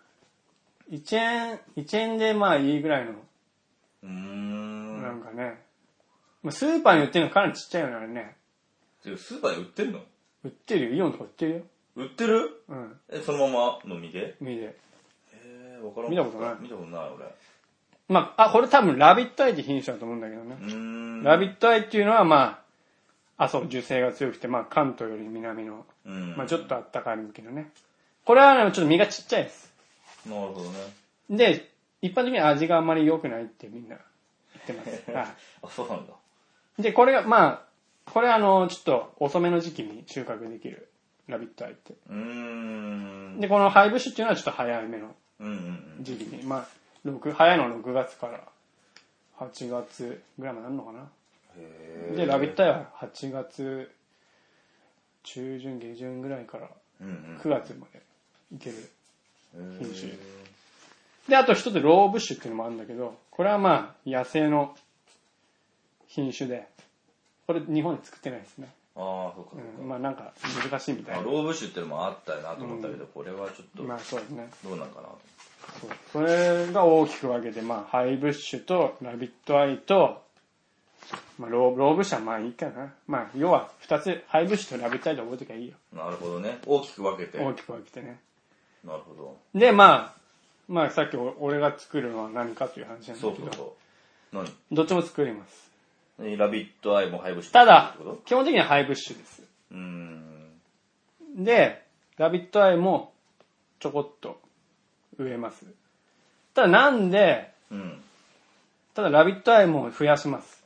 Speaker 1: 1円、1円でまあいいぐらいの、
Speaker 2: うーん。
Speaker 1: なんかね。まあスーパーに売ってるのかなりちっちゃいよね、あれね。
Speaker 2: でもスーパーで売ってるの
Speaker 1: 売ってるよ。イオンとか売ってるよ。
Speaker 2: 売ってる
Speaker 1: うん。
Speaker 2: え、そのまま飲みで
Speaker 1: 見て。
Speaker 2: えー、わからん
Speaker 1: 見たことない
Speaker 2: 見たことない、俺。
Speaker 1: まあ、あ、これ多分ラビットアイって品種だと思うんだけどね。
Speaker 2: うーん。
Speaker 1: ラビットアイっていうのはまあ、阿蘇樹勢が強くて、まあ関東より南の、
Speaker 2: うん。
Speaker 1: まあちょっとあったかい向きのね。これはね、ちょっと身がちっちゃいです。
Speaker 2: なるほどね。
Speaker 1: で、一般的に味があんまり良くないってみんな言ってます。は
Speaker 2: あ、そうなんだ。
Speaker 1: い。で、これが、まあ、これあの、ちょっと遅めの時期に収穫できるラビットアイって。
Speaker 2: うーん。
Speaker 1: で、このハイブッシュっていうのはちょっと早めの
Speaker 2: うんうんうん。
Speaker 1: 時期に、まあ、六早いのは6月から8月ぐらいまであるのかな。
Speaker 2: へー
Speaker 1: で、ラビットアイは8月中旬、下旬ぐらいから
Speaker 2: うんうん。
Speaker 1: 9月までいける。
Speaker 2: へ
Speaker 1: 品種
Speaker 2: ー
Speaker 1: で、あと一つローブッシュっていうのもあるんだけど、これはまあ野生の品種で、これ日本で作ってないですね。
Speaker 2: ああ、そうかそううん
Speaker 1: まあなんか難しいみた
Speaker 2: か。あ
Speaker 1: いな。
Speaker 2: ローブッシュってのもあったよなと思ったけど、これはちょっと、
Speaker 1: まあそうですね。
Speaker 2: どうなんかなと。
Speaker 1: そうそれが大きく分けて、まあハイブッシュとラビットアイと、まあローローブッシュはまあいいかな。まあ要は二つ、ハイブッシュとラビットアイで覚えておきゃいいよ。
Speaker 2: なるほどね。大きく分けて。な
Speaker 1: 大
Speaker 2: る
Speaker 1: きく分けてね。
Speaker 2: ほど。
Speaker 1: で、まあ、まあさっきお俺が作るのは何かという話なんだけ
Speaker 2: そ
Speaker 1: ど
Speaker 2: う、そうそう。何
Speaker 1: どっちも作ります。
Speaker 2: えラビットアイもハイブッシュ
Speaker 1: ただ
Speaker 2: ってこと、
Speaker 1: 基本的にはハイブッシュです。
Speaker 2: うーん。
Speaker 1: で、ラビットアイもちょこっと植えます。ただなんで、
Speaker 2: うん。
Speaker 1: ただラビットアイも増やします。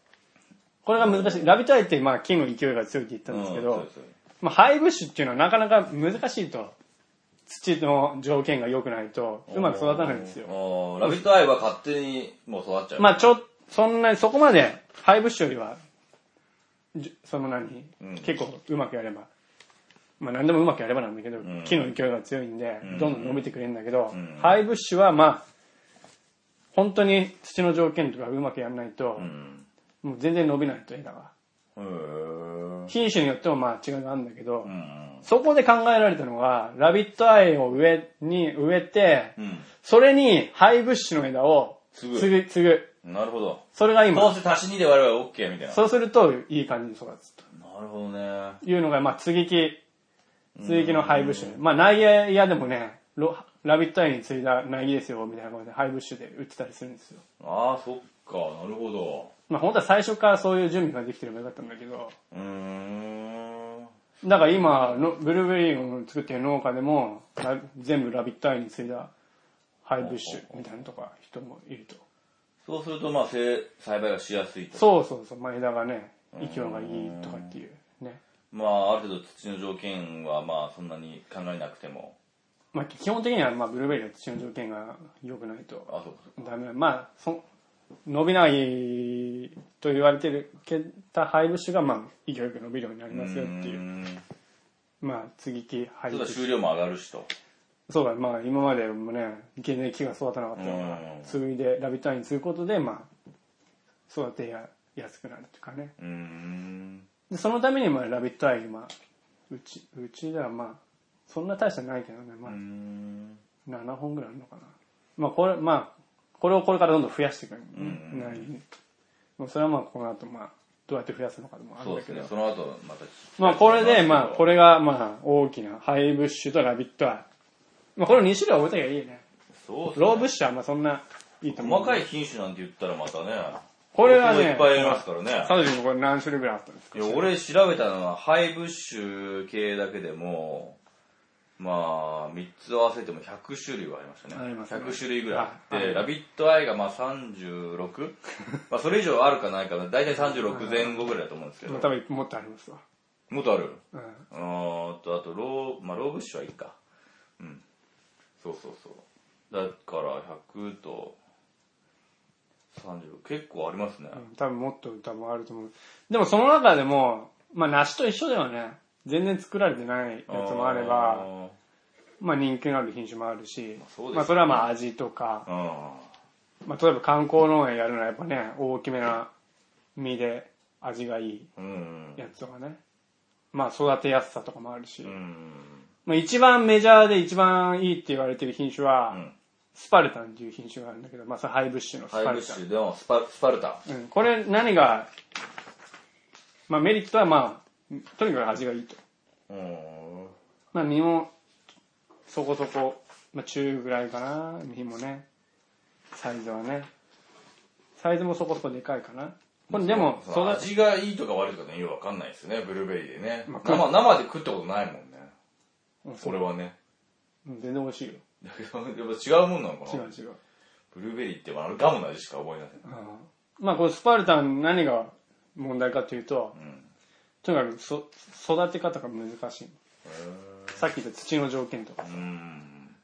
Speaker 1: これが難しい。ラビットアイってまあ木の勢いが強いって言ったんですけど、
Speaker 2: うんそうそう
Speaker 1: まあ、ハイブッシュっていうのはなかなか難しいと。土の条件が良くないと、うまく育たないんですよ。
Speaker 2: あーラビットアイは勝手にもう育っちゃう。
Speaker 1: まあちょ、そんなにそこまで、ハイブッシュよりは、じゅその何、
Speaker 2: うん
Speaker 1: 結構うまくやれば、まあ何でもうまくやればなんだけど、
Speaker 2: ん
Speaker 1: 木の勢いが強いんで、
Speaker 2: ん
Speaker 1: どんどん伸びてくれるんだけど、
Speaker 2: ん
Speaker 1: ハイブッシュはまあ、本当に土の条件とかうまくやらないと
Speaker 2: う、ん。
Speaker 1: もう全然伸びないと枝が。
Speaker 2: へー
Speaker 1: 品種によってもまあ違いがあるんだけど、
Speaker 2: うん。
Speaker 1: そこで考えられたのが、ラビットアイを植え、に植えて、
Speaker 2: う
Speaker 1: それにハイブッシュの枝を
Speaker 2: 継ぐ
Speaker 1: 継ぐ、継ぐ。
Speaker 2: ん。なるほど。
Speaker 1: それが
Speaker 2: ど
Speaker 1: 今、
Speaker 2: うせ足し2で割れば OK みたいな。
Speaker 1: そうするといい感じに育つと
Speaker 2: なるほどね。
Speaker 1: いうのが、まあ、接ぎ木、接ぎ木のハイブッシュ。まあ、苗木屋でもね、ロラビットアイに継いだ苗木ですよ、みたいなことでハイブッシュで売ってたりするんですよ。
Speaker 2: ああ、そっか。なるほど。
Speaker 1: まあ、本当は最初からそういう準備ができてればよかったんだけど、
Speaker 2: うーん。
Speaker 1: だから今の、ブルーベリーを作ってる農家でも、ラ全部ラビットアイに継いだハイブッシュみたいなのとか人もいると。
Speaker 2: そうすると、まあ、せ栽培がしやすいと。
Speaker 1: そうそうそう、まあ、枝がね、勢いがいいとかっていうね。
Speaker 2: まあ、ある程度土の条件は、まあ、そんなに考えなくても。
Speaker 1: まあ、基本的には、まあ、ブルーベリーは土の条件が良くないと
Speaker 2: あ、そうかそうか。
Speaker 1: ダメ。まあ、そ伸びないと言われてるけたハイブッシュが、まあ、勢いよく伸びるようになりますよっていうう。
Speaker 2: ん。
Speaker 1: まあ、接ぎ木ハイ
Speaker 2: そ
Speaker 1: ブ
Speaker 2: う
Speaker 1: ッ
Speaker 2: だ、
Speaker 1: シ
Speaker 2: 収
Speaker 1: ュ。
Speaker 2: 量も上がるしと。
Speaker 1: そうだ、まあ、今までもね、全然木が育たなかったか
Speaker 2: うん
Speaker 1: ら、継いで、ラビットアイに継ぐことで、まあ、育てややすくなるっていうかね。
Speaker 2: うーん。
Speaker 1: で、そのために、まあ、ラビットアイ、まあ、うち、うちではまあ、そんな大したないけどね、まあ
Speaker 2: うー、ん。
Speaker 1: 7本ぐらいあるのかな。まあこれ、まあ、これをこれからどんどん増やしていく、
Speaker 2: ん
Speaker 1: ないもうそれはまあこの後まあ、どうやって増やすのかでもある
Speaker 2: そ
Speaker 1: ん
Speaker 2: う
Speaker 1: だ
Speaker 2: です
Speaker 1: け
Speaker 2: ね
Speaker 1: ど。。
Speaker 2: その後、また聞きたいと思
Speaker 1: まあ
Speaker 2: いすけど
Speaker 1: これで、まあこれがまあ大きなハイブッシュとラビットアイ。まあこの2種類覚えたきゃいいよね。
Speaker 2: そうですね
Speaker 1: ローブッシュはまあそんないいと思う。
Speaker 2: 細かい品種なんて言ったらまたね。
Speaker 1: これはね
Speaker 2: 僕もいっぱいありますからね。
Speaker 1: サドジもこれ何種類ぐらいあったんですか
Speaker 2: いや、俺調べたのは、ハイブッシュ系だけでも、まあ、3つ合わせても100種類はありましたね。
Speaker 1: ありますね
Speaker 2: 100種類ぐらい。
Speaker 1: はい
Speaker 2: で、ラビットアイがま あ 36? まあ、それ以上あるかないか、だいたい36前後ぐらいだと思うんですけど。
Speaker 1: 多分もっとありますわ。
Speaker 2: もっとある
Speaker 1: うん。
Speaker 2: うーんと、あと、ロー、まあ、ローブッシュはいいか。うん。そうそうそう。だから、100と36、結構ありますね。
Speaker 1: うん多分もっと多分あると思う。でもその中でも、まあ梨と一緒だよね。全然作られてないやつもあれば、まあ人気のある品種もあるし、
Speaker 2: あそうですね
Speaker 1: まあそれはまあ味とか、
Speaker 2: あー、うん。
Speaker 1: まあ例えば観光農園やるのはやっぱね、大きめな実で味がいい
Speaker 2: うん
Speaker 1: やつとかね。まあ育てやすさとかもあるし。
Speaker 2: うん。
Speaker 1: まあ一番メジャーで一番いいって言われてる品種は、
Speaker 2: ん
Speaker 1: スパルタンっていう品種があるんだけど、まあそれハイブッシュのス
Speaker 2: ハイ
Speaker 1: パ
Speaker 2: ブッ
Speaker 1: ル
Speaker 2: シ
Speaker 1: タン。
Speaker 2: ュでもスパスパルタ。
Speaker 1: うん、これ何が、まあメリットはまあ、とにかく味がいいと。
Speaker 2: うん。
Speaker 1: まあ身もそこそこ、まあ中ぐらいかな、身もね。サイズはね。サイズもそこそこでかいかな。これでも、
Speaker 2: その
Speaker 1: 育ち、
Speaker 2: 味がいいとか悪いとかね、よくわかんないですね、ブルーベリーでね。
Speaker 1: まあ
Speaker 2: 生、生で食ったことないもんね。
Speaker 1: うん
Speaker 2: 俺はね。
Speaker 1: うん全然美味しいよ。
Speaker 2: だけど、やっぱ違うもんなのか
Speaker 1: 違
Speaker 2: な
Speaker 1: う違う。
Speaker 2: ブルーベリーって、あのガムの味しか覚えない。
Speaker 1: うんまあこのスパルタン何が問題かというと、
Speaker 2: ん
Speaker 1: とにかくそ育て方が難しい。さっき言った土の条件とか。
Speaker 2: うん。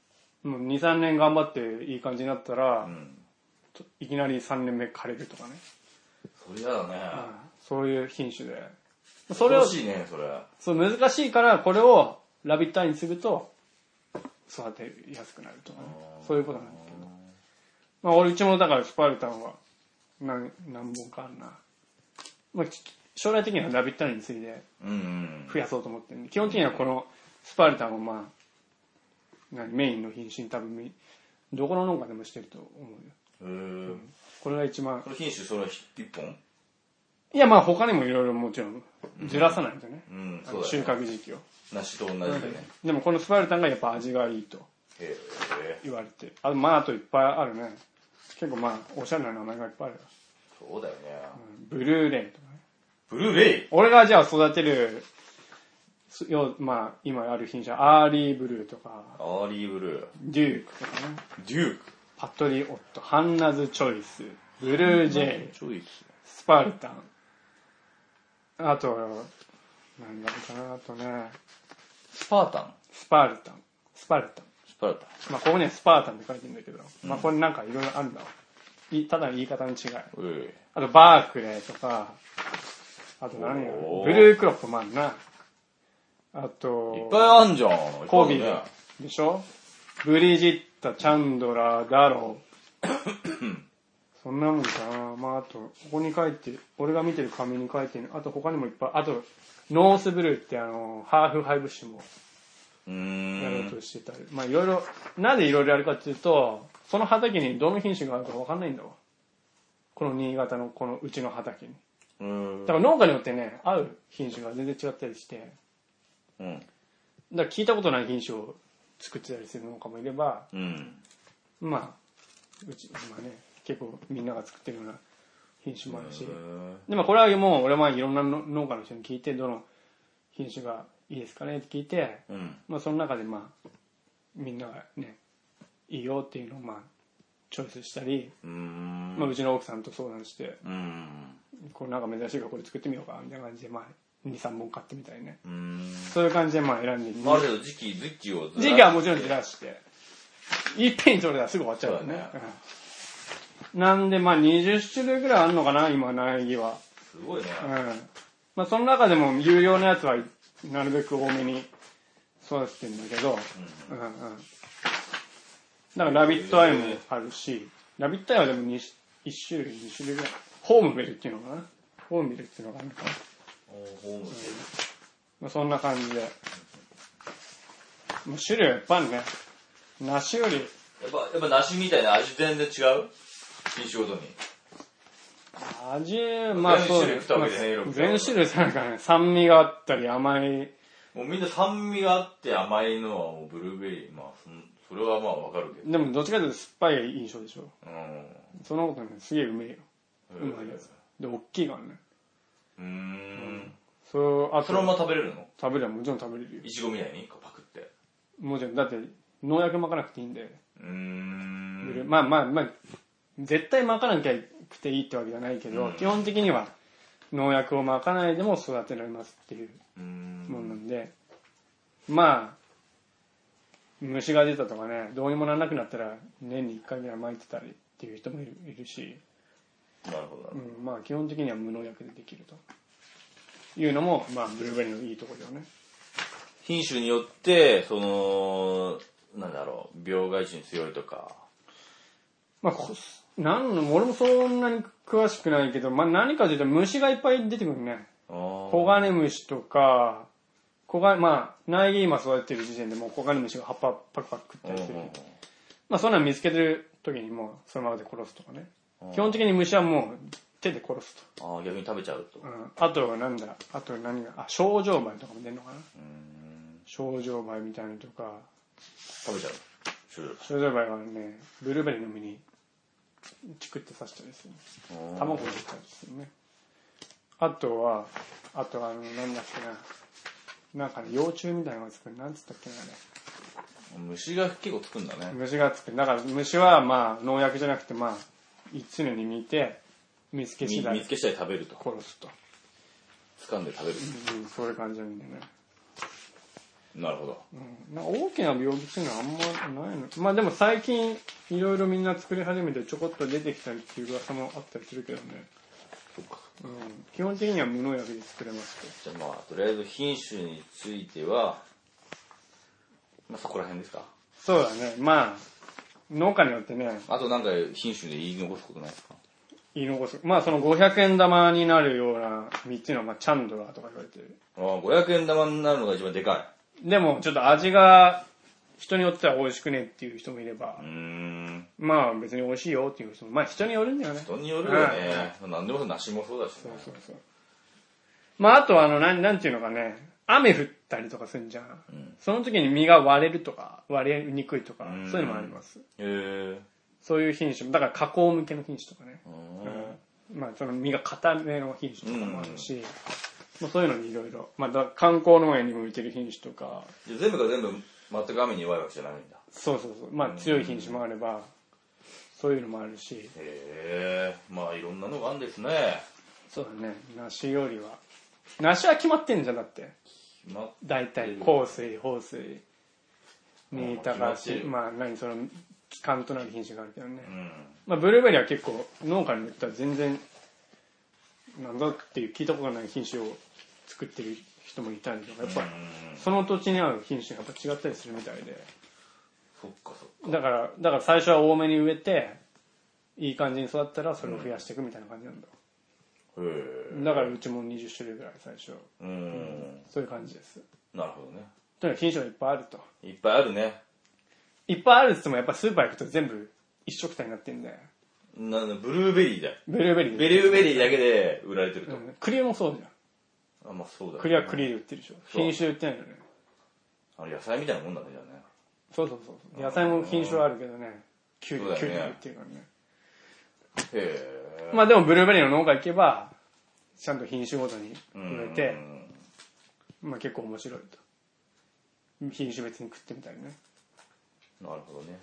Speaker 1: もう2、3年頑張っていい感じになったら、
Speaker 2: うん。
Speaker 1: ちょいきなり3年目枯れるとかね。
Speaker 2: それ嫌だね。
Speaker 1: そういう品種で。そ
Speaker 2: そ
Speaker 1: れ
Speaker 2: れ
Speaker 1: を、
Speaker 2: 欲しいね、それ。
Speaker 1: そう難しいからこれをラビットアイにすると育てやすくなるとかね。そういうことなんですけど。まあ俺うちもだからスパルタンは何何本かあるな。まあち将来的にはラビットアイについて
Speaker 2: うんうん。
Speaker 1: 増やそうと思ってるんで、基本的にはこのスパルタンをまあ、何メインの品種に多分み、どこの農家でもしてると思うよ。
Speaker 2: へー
Speaker 1: これが一番
Speaker 2: こ、れ品種、それ一本
Speaker 1: いやまあ他にもいろいろもちろんずらさないとね、
Speaker 2: うん、
Speaker 1: あ
Speaker 2: そ
Speaker 1: の
Speaker 2: うだ
Speaker 1: 収
Speaker 2: よね。
Speaker 1: 穫時期を。
Speaker 2: 梨と同じでね。
Speaker 1: でもこのスパルタンがやっぱ味がいいと
Speaker 2: へえ。
Speaker 1: 言われて、あとまああといっぱいあるね。結構まあおしゃれな名前がいっぱいあるよ。
Speaker 2: そうだよね。
Speaker 1: うんブルーレイとかね。
Speaker 2: ブルーベリー
Speaker 1: 俺がじゃあ育てる、すよまあ今ある品種はアーリーブルーとか、
Speaker 2: アーリーブルー。
Speaker 1: デュークとかね。
Speaker 2: デューク。
Speaker 1: パトリオット、ハンナズチョイス、ブルージェイ、
Speaker 2: ちょい
Speaker 1: スパルタン。あと、なんだろうかな、あとね、
Speaker 2: スパータン。
Speaker 1: スパルタン。スパルタン。
Speaker 2: スパルタン。
Speaker 1: まあ、ここにはスパータンって書いてるんだけど、まあ、これなんかいろいろあるんだわ。いただの言い方の違い。
Speaker 2: うん。
Speaker 1: あと、バークレーとか、あと何や
Speaker 2: おー
Speaker 1: ブルークロップもあるな。あ
Speaker 2: いっ
Speaker 1: と、
Speaker 2: ぱいあんじゃん。
Speaker 1: コビ
Speaker 2: いっぱいあ
Speaker 1: ー
Speaker 2: るね
Speaker 1: でしょブリジッタ、チャンドラ、ダロー。そんなもんかな。まあ、あと、ここに書いて、俺が見てる紙に書いてる、あと他にもいっぱい、あと、ノースブルーってあの、ハーフハイブッシュも
Speaker 2: う
Speaker 1: やろう
Speaker 2: ーん。
Speaker 1: としてたり、まあいろいろなぜいろいろやるかっていうとその畑にどの品種があるか分かんないんだわこの新潟のこのうちの畑に
Speaker 2: うーん
Speaker 1: だから農家によってね合う品種が全然違ったりしてだか
Speaker 2: うん。
Speaker 1: ら聞いたことない品種を作ってたりする農家もいれば
Speaker 2: うん。
Speaker 1: まあうち今ね結構みんなが作ってるような品種もあるしでもこれはもう俺はまあいろんなの農家の人に聞いてどの品種がいいですかねって聞いて
Speaker 2: うん。
Speaker 1: まあ、その中でまあみんながねいいよっていうのをまあチョイスしたり、
Speaker 2: うーん。
Speaker 1: まあ、うちの奥さんと相談して
Speaker 2: うん。
Speaker 1: これなんか珍しいからこれ作ってみようかみたいな感じでまあ23本買ってみたいね
Speaker 2: うーん。
Speaker 1: そういう感じでまあ選んで
Speaker 2: まあ、ある程度時期、時期をずら
Speaker 1: 時期はもちろんずらしていっぺんに取れたらすぐ終わっちゃうからね
Speaker 2: そうだ
Speaker 1: うんなんでまあ20種類ぐらいあるのかな今苗木は
Speaker 2: すごいね。
Speaker 1: うんまあその中でも有料のやつはなるべく多めに育ててんだけど、うんうんだからラビットアイもあるし、ラビットアイはでも2 1種類、2種類ぐらい。ホームベルっていうのかなホームベルっていうのがあるのかな、
Speaker 2: おーホーム
Speaker 1: まあ、そんな感じで。もう種類はいっぱいあるね。梨より、
Speaker 2: やっぱ、やっぱ梨みたいな味全然違う品種ごとに。
Speaker 1: あ味、まあそう
Speaker 2: 全種類食ったわけじゃねえよみたいな
Speaker 1: 全種類なんかね、酸味があったり甘い、
Speaker 2: もうみんな酸味があって甘いのはもうブルーベリー。まあ、そんそれはまあわかるけど。
Speaker 1: でもどっちかというと酸っぱい印象でしょ。
Speaker 2: うん。
Speaker 1: そんなことない。すげえうめえよ。うまいやつ。で、大きいからね。
Speaker 2: うーん。
Speaker 1: そう、あと
Speaker 2: そのまま食べれるの
Speaker 1: 食べればもちろん食べれるよ。
Speaker 2: いちごみたいに一個パクって。
Speaker 1: もちろん、だって農薬まかなくていいんで。
Speaker 2: うーん。
Speaker 1: まあまあまあ、絶対まかなきゃくていいってわけじゃないけど、基本的には農薬をまかないでも育てられますっていう
Speaker 2: うーん。
Speaker 1: もんなんで、まあ、虫が出たとかね、どうにもならなくなったら年に1回ぐらい撒いてたりっていう人もいるいるし、
Speaker 2: なるほどなるほど
Speaker 1: う。ん、まあ基本的には無農薬でできると。いうのも、まあ、ブルーベリーのいいところだよね。
Speaker 2: 品種によって、その、なんだろう、病害虫に強いとか。
Speaker 1: まあ、こなんの、俺もそんなに詳しくないけど、まあ何かというと虫がいっぱい出てくるね。
Speaker 2: あー
Speaker 1: コガネムシとか、コガまあ、苗木今育ててる時点でもうコガネムシが葉っぱパクパク食
Speaker 2: う
Speaker 1: っ
Speaker 2: ん
Speaker 1: たり
Speaker 2: うん
Speaker 1: す
Speaker 2: う
Speaker 1: る。
Speaker 2: ん
Speaker 1: まあ、そんなの見つけてる時にもうそのままで殺すとかね
Speaker 2: うん。
Speaker 1: 基本的に虫はもう手で殺す
Speaker 2: あー逆に食べちゃうと。
Speaker 1: と。うん。あとはなんだ、あと何が、あ、症状梅とかも出るのかな
Speaker 2: うん
Speaker 1: 症状梅みたいなのとか、
Speaker 2: 食べちゃう。種類
Speaker 1: 症状梅はね、ブルーベリーの実にチクって刺したりする。
Speaker 2: うん
Speaker 1: 卵を入れたりするね。あとは、あとはあの、なんだっけな。なんかね、幼虫みたいなのがつく。なんつったっけな、あれ。
Speaker 2: 虫が結構つくんだね。
Speaker 1: 虫がつく。だから虫はまあ農薬じゃなくてまあ一年に見て見つけ
Speaker 2: み
Speaker 1: 次
Speaker 2: 見
Speaker 1: 第
Speaker 2: つけ次第食べると。
Speaker 1: 殺すと。
Speaker 2: 掴んで食べる。
Speaker 1: うん、そういう感じなんだよね。
Speaker 2: なるほど。
Speaker 1: うんなんか大きな病気っていうのはあんまないの。まあでも最近いろいろみんな作り始めてちょこっと出てきたりっていう噂もあったりするけどね。
Speaker 2: そっか。
Speaker 1: うん、基本的には無農薬で作れますと。
Speaker 2: じゃあまあ、とりあえず品種については、まあそこら辺ですか。
Speaker 1: そうだね。まあ農家によってね、
Speaker 2: あとなんか品種で言い残すことないですか
Speaker 1: 言い残す。まあその500円玉になるような3つのまあチャンドラーとか言われてる。
Speaker 2: ああ、500円玉になるのが一番でか
Speaker 1: でもちょっと味が人によっては美味しくねっていう人もいれば
Speaker 2: い。う、ーん。
Speaker 1: まあ別に美味しいよっていう人も、まあ人によるんだよね。
Speaker 2: 人によるよね。何でもそう梨もそうだしね。
Speaker 1: そうそうそう。まああとあの、なん、なんていうのかね、雨降ったりとかするんじゃん。その時に実が割れるとか、割れにくいとか
Speaker 2: うん、
Speaker 1: そういうのもあります。
Speaker 2: へえ。
Speaker 1: そういう品種も、だから加工向けの品種とかね。
Speaker 2: う
Speaker 1: うんまあその実が固めの品種とかもあるし、まあそういうのにいろいろ。まあだから観光農園に向いてる品種とか、
Speaker 2: ん。全部が全部全く雨に弱いわけじゃないんだ。
Speaker 1: そうそうそう。まあ強い品種もあれば、そういうのもあるし、
Speaker 2: へえ。まあいろんなのがあるんですね。
Speaker 1: そうだね。梨よりは。梨は決まってんじゃんだって。
Speaker 2: 決まっ
Speaker 1: 大体、香水、放水、新高し、
Speaker 2: まあ決まってる
Speaker 1: まあ何その、期間となる品種があるけどね。
Speaker 2: うん。
Speaker 1: まあブルーベリーは結構農家によっては全然、なんだっていう聞いたことない品種を作ってる人もいたりとか、やっぱりその土地に合う品種がやっぱ違ったりするみたいで。
Speaker 2: そっかそっか。
Speaker 1: だから、だから最初は多めに植えて、いい感じに育ったらそれを増やしていくみたいな感じなんだ。
Speaker 2: へえ。
Speaker 1: だからうちも20種類ぐらい最初。
Speaker 2: うん。
Speaker 1: そういう感じです。
Speaker 2: なるほどね。
Speaker 1: とにかく品種がいっぱいあると。
Speaker 2: いっぱいあるね。
Speaker 1: いっぱいあるっつってもやっぱスーパー行くと全部一色体になってんだよ。
Speaker 2: なんだブルーベリーだよ。
Speaker 1: ブルーベリー
Speaker 2: ベ
Speaker 1: で。
Speaker 2: ルーベリーだけで売られてると。
Speaker 1: うん栗もそうじゃん。
Speaker 2: あ、まあそうだ、ね。
Speaker 1: 栗は。栗で売ってるでしょ。
Speaker 2: そう
Speaker 1: 品種売ってないよね。
Speaker 2: あの野菜みたいなもんだね、じゃあね。
Speaker 1: そうそうそう。野菜も品種はあるけどね。キュウ
Speaker 2: そう
Speaker 1: リ、
Speaker 2: だ
Speaker 1: キュウ
Speaker 2: よね
Speaker 1: リが売ってるからね。
Speaker 2: へ え。
Speaker 1: まあでもブルーベリーの農家行けば、ちゃんと品種ごとに植えて
Speaker 2: う、ん
Speaker 1: まあ結構面白いと。品種別に食ってみたりね。
Speaker 2: なるほどね。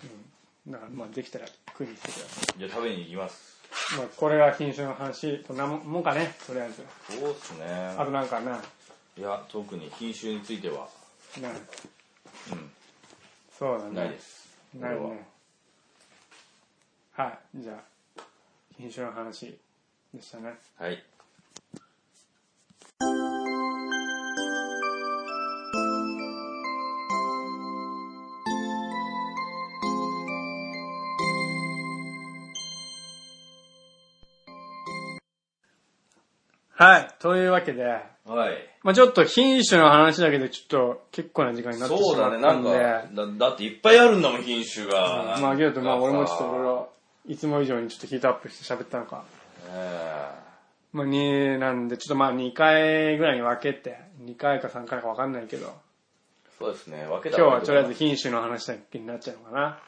Speaker 1: だからまあできたら食いに来てくださ
Speaker 2: じゃあ食べに行きます。
Speaker 1: い。まあこれが品種の話、こんなもんかね、とりあえず。
Speaker 2: そうっすね。
Speaker 1: あとなんかな、
Speaker 2: いや、特に品種については、
Speaker 1: な
Speaker 2: うん、
Speaker 1: そうだね。
Speaker 2: ないです。
Speaker 1: ない
Speaker 2: これは
Speaker 1: ね。はい、じゃあ、品種の話でしたね。
Speaker 2: はい。
Speaker 1: はい、というわけで、
Speaker 2: はい。
Speaker 1: まあちょっと品種の話だけでちょっと結構な時間になってし
Speaker 2: そう
Speaker 1: ま
Speaker 2: だ
Speaker 1: った
Speaker 2: ね、
Speaker 1: んで、
Speaker 2: なんか、だだっていっぱいあるんだもん、品種が。
Speaker 1: まあけど、まあ俺もちょっといろい
Speaker 2: ろ。
Speaker 1: ろ、いつも以上にちょっとヒートアップして喋ったのか、
Speaker 2: ええ
Speaker 1: まあ2なんで、ちょっとまあ2回ぐらいに分けて、2回か3回か分かんないけど、
Speaker 2: そうですね。分け
Speaker 1: 今
Speaker 2: た
Speaker 1: 日
Speaker 2: 方が
Speaker 1: はとりあえず品種の話だけになっちゃうのかな。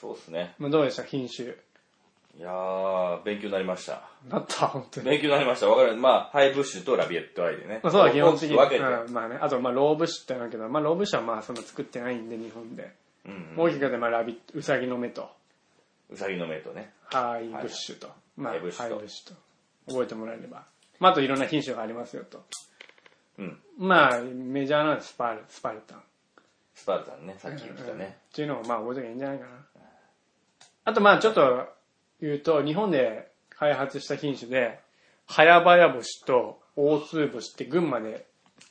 Speaker 2: そうですね。
Speaker 1: まあどうでした品種。
Speaker 2: いやー、勉強になりました。
Speaker 1: なった、本当に。
Speaker 2: 勉強になりました。わかる。まあ、ハイブッシュとラビエットアイでね。
Speaker 1: まあそうだ、基本的に。
Speaker 2: 大きく分
Speaker 1: う
Speaker 2: け
Speaker 1: ん、まあね。あと、まあ、ローブ種ってあるけど、まあ、ローブ種はまあ、そんな作ってないんで、日本で。
Speaker 2: て。うん
Speaker 1: 大きくで、まあ、ラビット、ウサギの目と、
Speaker 2: うん。うさぎの目とね。
Speaker 1: ハイブッシュと、まあ、
Speaker 2: ハ
Speaker 1: ハ
Speaker 2: イ
Speaker 1: イ
Speaker 2: ブ
Speaker 1: ブ
Speaker 2: ッ
Speaker 1: ッ
Speaker 2: シ
Speaker 1: シ
Speaker 2: ュと
Speaker 1: ュと。覚えてもらえれば。まあ、あといろんな品種がありますよと。
Speaker 2: うん。
Speaker 1: まあ、メジャーなのはスパル、スパルタン。
Speaker 2: スパルタンね。さっき言ってたね。
Speaker 1: っていうのをまあ覚えときゃいいんじゃないかな。あとまあちょっと言うと、日本で開発した品種で、早々星と大粒星って群馬で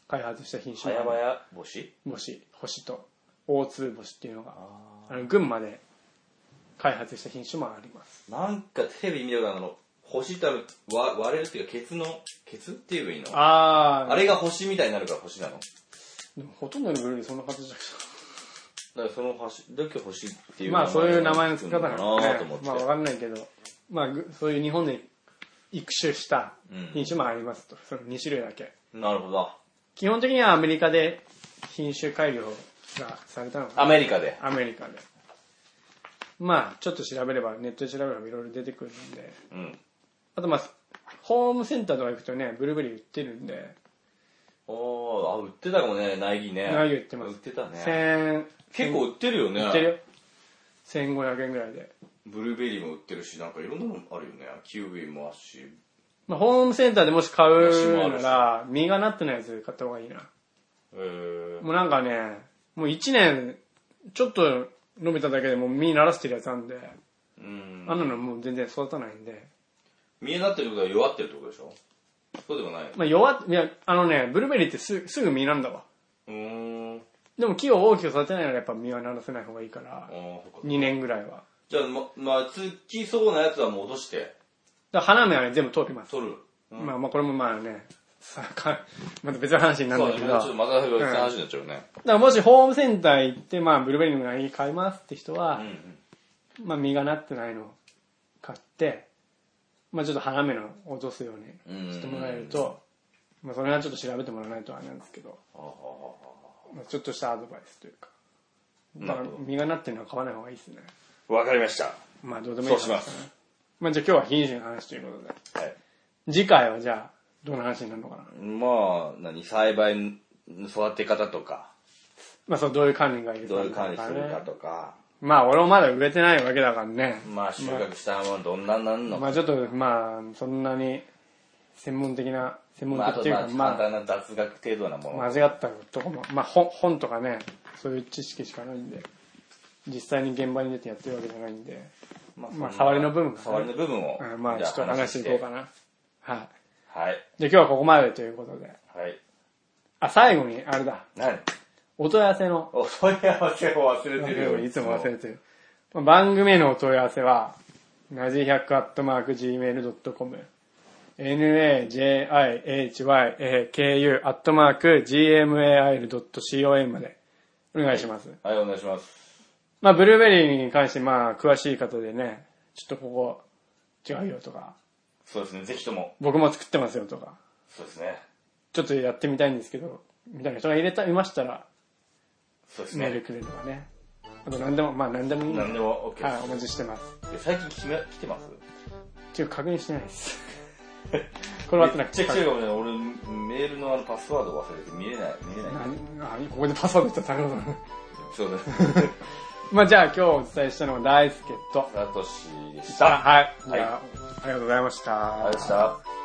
Speaker 1: 開発した品種
Speaker 2: 早
Speaker 1: がある
Speaker 2: 々星
Speaker 1: 星、星と大粒星っていうのが、
Speaker 2: あ
Speaker 1: あの群馬で開発した品種もあります。
Speaker 2: ーなんかテレビ見たことあるの、星ってあるわ割れるっていうか、ケツの、ケツって言えばいいのあ
Speaker 1: あー、
Speaker 2: れが星みたいになるから星なの。
Speaker 1: でもほとんどのブルーにそんな形だけ
Speaker 2: だからその星、だけ星ってい
Speaker 1: ど。
Speaker 2: う
Speaker 1: まあそういう名前の
Speaker 2: つ
Speaker 1: 付き方なん
Speaker 2: か
Speaker 1: で
Speaker 2: な
Speaker 1: す
Speaker 2: ーと
Speaker 1: ね
Speaker 2: 思っ。て。
Speaker 1: まあわかんないけど、まあぐそういう日本で育種した品種もありますと。その2種類だけ。
Speaker 2: なるほど。
Speaker 1: 基本的にはアメリカで品種改良がされたのか
Speaker 2: ア
Speaker 1: な
Speaker 2: メリカで。
Speaker 1: アメリカで。まあ、ちょっと調べれば、ネットで調べればいろいろ出てくるんで。
Speaker 2: うん。
Speaker 1: あとまあ、ホームセンターとか行くとね、ブルーベリー売ってるんで、
Speaker 2: おー、あ、売ってたかもね、苗木ね。
Speaker 1: 苗木売ってます
Speaker 2: 売ってたね。
Speaker 1: 1000、
Speaker 2: 結構売ってるよね。
Speaker 1: 売ってるよ。1500円ぐらいで。
Speaker 2: ブルーベリーも売ってるし、なんかいろんなのあるよね。キウイもあるし。
Speaker 1: まあ、ホームセンターでもし買う
Speaker 2: 梨
Speaker 1: な
Speaker 2: も
Speaker 1: ら、実がなってないやつ買った方がいいな。
Speaker 2: えー、
Speaker 1: もうなんかね、もう1年、ちょっと伸びただけでもう実ならしてるやつなんで、
Speaker 2: うん。
Speaker 1: あんなのもう全然育たないんで。
Speaker 2: 見えなってるってことは弱ってるってことでしょそうでもない。
Speaker 1: まあ、弱っ、いや、あのね、ブルーベリーってすすぐ実なんだわ。
Speaker 2: うーん。
Speaker 1: でも木を大きく育てないならやっぱ実はならせない方がいいから
Speaker 2: あ、ーそっか
Speaker 1: 2年ぐらいは。
Speaker 2: じゃあ、ま、まあ、つきそうなやつはもう落として、
Speaker 1: だから花芽はね、全部取ります。
Speaker 2: 取る。うん
Speaker 1: まあまあこれもまあね、さかまた別の話になる
Speaker 2: そ
Speaker 1: ん
Speaker 2: う
Speaker 1: だ
Speaker 2: だ
Speaker 1: け
Speaker 2: ね。ち
Speaker 1: ど、
Speaker 2: ょ
Speaker 1: だか
Speaker 2: っとまた別の話になっちゃうね。
Speaker 1: らもしホームセンター行って、まあブルーベリーの苗木買いますって人
Speaker 2: う
Speaker 1: は
Speaker 2: ん、うん。
Speaker 1: まあ実がなってないのを買って、まあちょっと花芽の落とすようにしてもらえると、まあそれはちょっと調べてもらわないとあれなんですけど、
Speaker 2: あーあー
Speaker 1: まあちょっとしたアドバイスというか、
Speaker 2: な
Speaker 1: ま
Speaker 2: る
Speaker 1: あ
Speaker 2: ほど
Speaker 1: 実がなってるのは買わない方がいいですね。
Speaker 2: あーわかりました。
Speaker 1: まあどうでもいい話
Speaker 2: そうします
Speaker 1: かなまあじゃあ今日は品種の話ということで。
Speaker 2: はい。
Speaker 1: 次回はじゃあ、どんな話になるのかな。
Speaker 2: まあ、何、栽培の育て方とか、
Speaker 1: まあそう、どういう管理がいるか
Speaker 2: どう
Speaker 1: と
Speaker 2: いう
Speaker 1: か
Speaker 2: 管
Speaker 1: ね
Speaker 2: 理するかとか、
Speaker 1: まあ俺もまだ植えてないわけだからね。
Speaker 2: まあ、収穫したものどんなんなんの
Speaker 1: ま
Speaker 2: か、
Speaker 1: あちょっと、まあそんなに専門的な、専門
Speaker 2: まあ、あ
Speaker 1: 的っ
Speaker 2: と
Speaker 1: ていう
Speaker 2: まあ、
Speaker 1: か、
Speaker 2: 簡
Speaker 1: ま
Speaker 2: 単な雑学程度なもの。
Speaker 1: あ間違ったとこも、まあ本本とかね、そういう知識しかないんで、実際に現場に出てやってるわけじゃないんで、
Speaker 2: ま
Speaker 1: まあ触りの部分かな
Speaker 2: 触りの部分を。
Speaker 1: うんまあちょっと話していこうか
Speaker 2: な。
Speaker 1: な。はい。
Speaker 2: はい。
Speaker 1: じゃあ今日はここまでということで。
Speaker 2: はい。
Speaker 1: あ、最後に、あれだ。
Speaker 2: 何
Speaker 1: お問い合わせの
Speaker 2: お問い合わせを忘れてるよ。
Speaker 1: いつも忘れてる。番組へのお問い合わせは、なじ100アットマーク gmail.com、najihyku アットマーク gmail.com までお願いします。
Speaker 2: はい、お願いします。
Speaker 1: まあ、ブルーベリーに関して、まあ、詳しい方でね、ちょっとここ違うよとか、
Speaker 2: そうですね、ぜひとも。
Speaker 1: 僕も作ってますよとか、
Speaker 2: そうですね。
Speaker 1: ちょっとやってみたいんですけど、みたいな人が入れた、いましたら、
Speaker 2: そうです
Speaker 1: メール
Speaker 2: ね。
Speaker 1: くれればね。あと何でも、まあ何でもいいんで、は
Speaker 2: 何でも OK
Speaker 1: い、お待ちしてます。
Speaker 2: です。最近決め来てます
Speaker 1: ちょっと確認してないです。 これは合ってなく
Speaker 2: チェ
Speaker 1: て。
Speaker 2: ックしてるかもね、俺、メールのあのパスワード忘れて見れない、見れない。
Speaker 1: なあ、ここでパスワード言ったら高田さん。
Speaker 2: そうです。
Speaker 1: まあじゃあ今日お伝えしたのは大輔と。
Speaker 2: サトシでし
Speaker 1: あ
Speaker 2: た。
Speaker 1: はい。
Speaker 2: はい
Speaker 1: じゃあありがとうございました。
Speaker 2: ありがとうございました。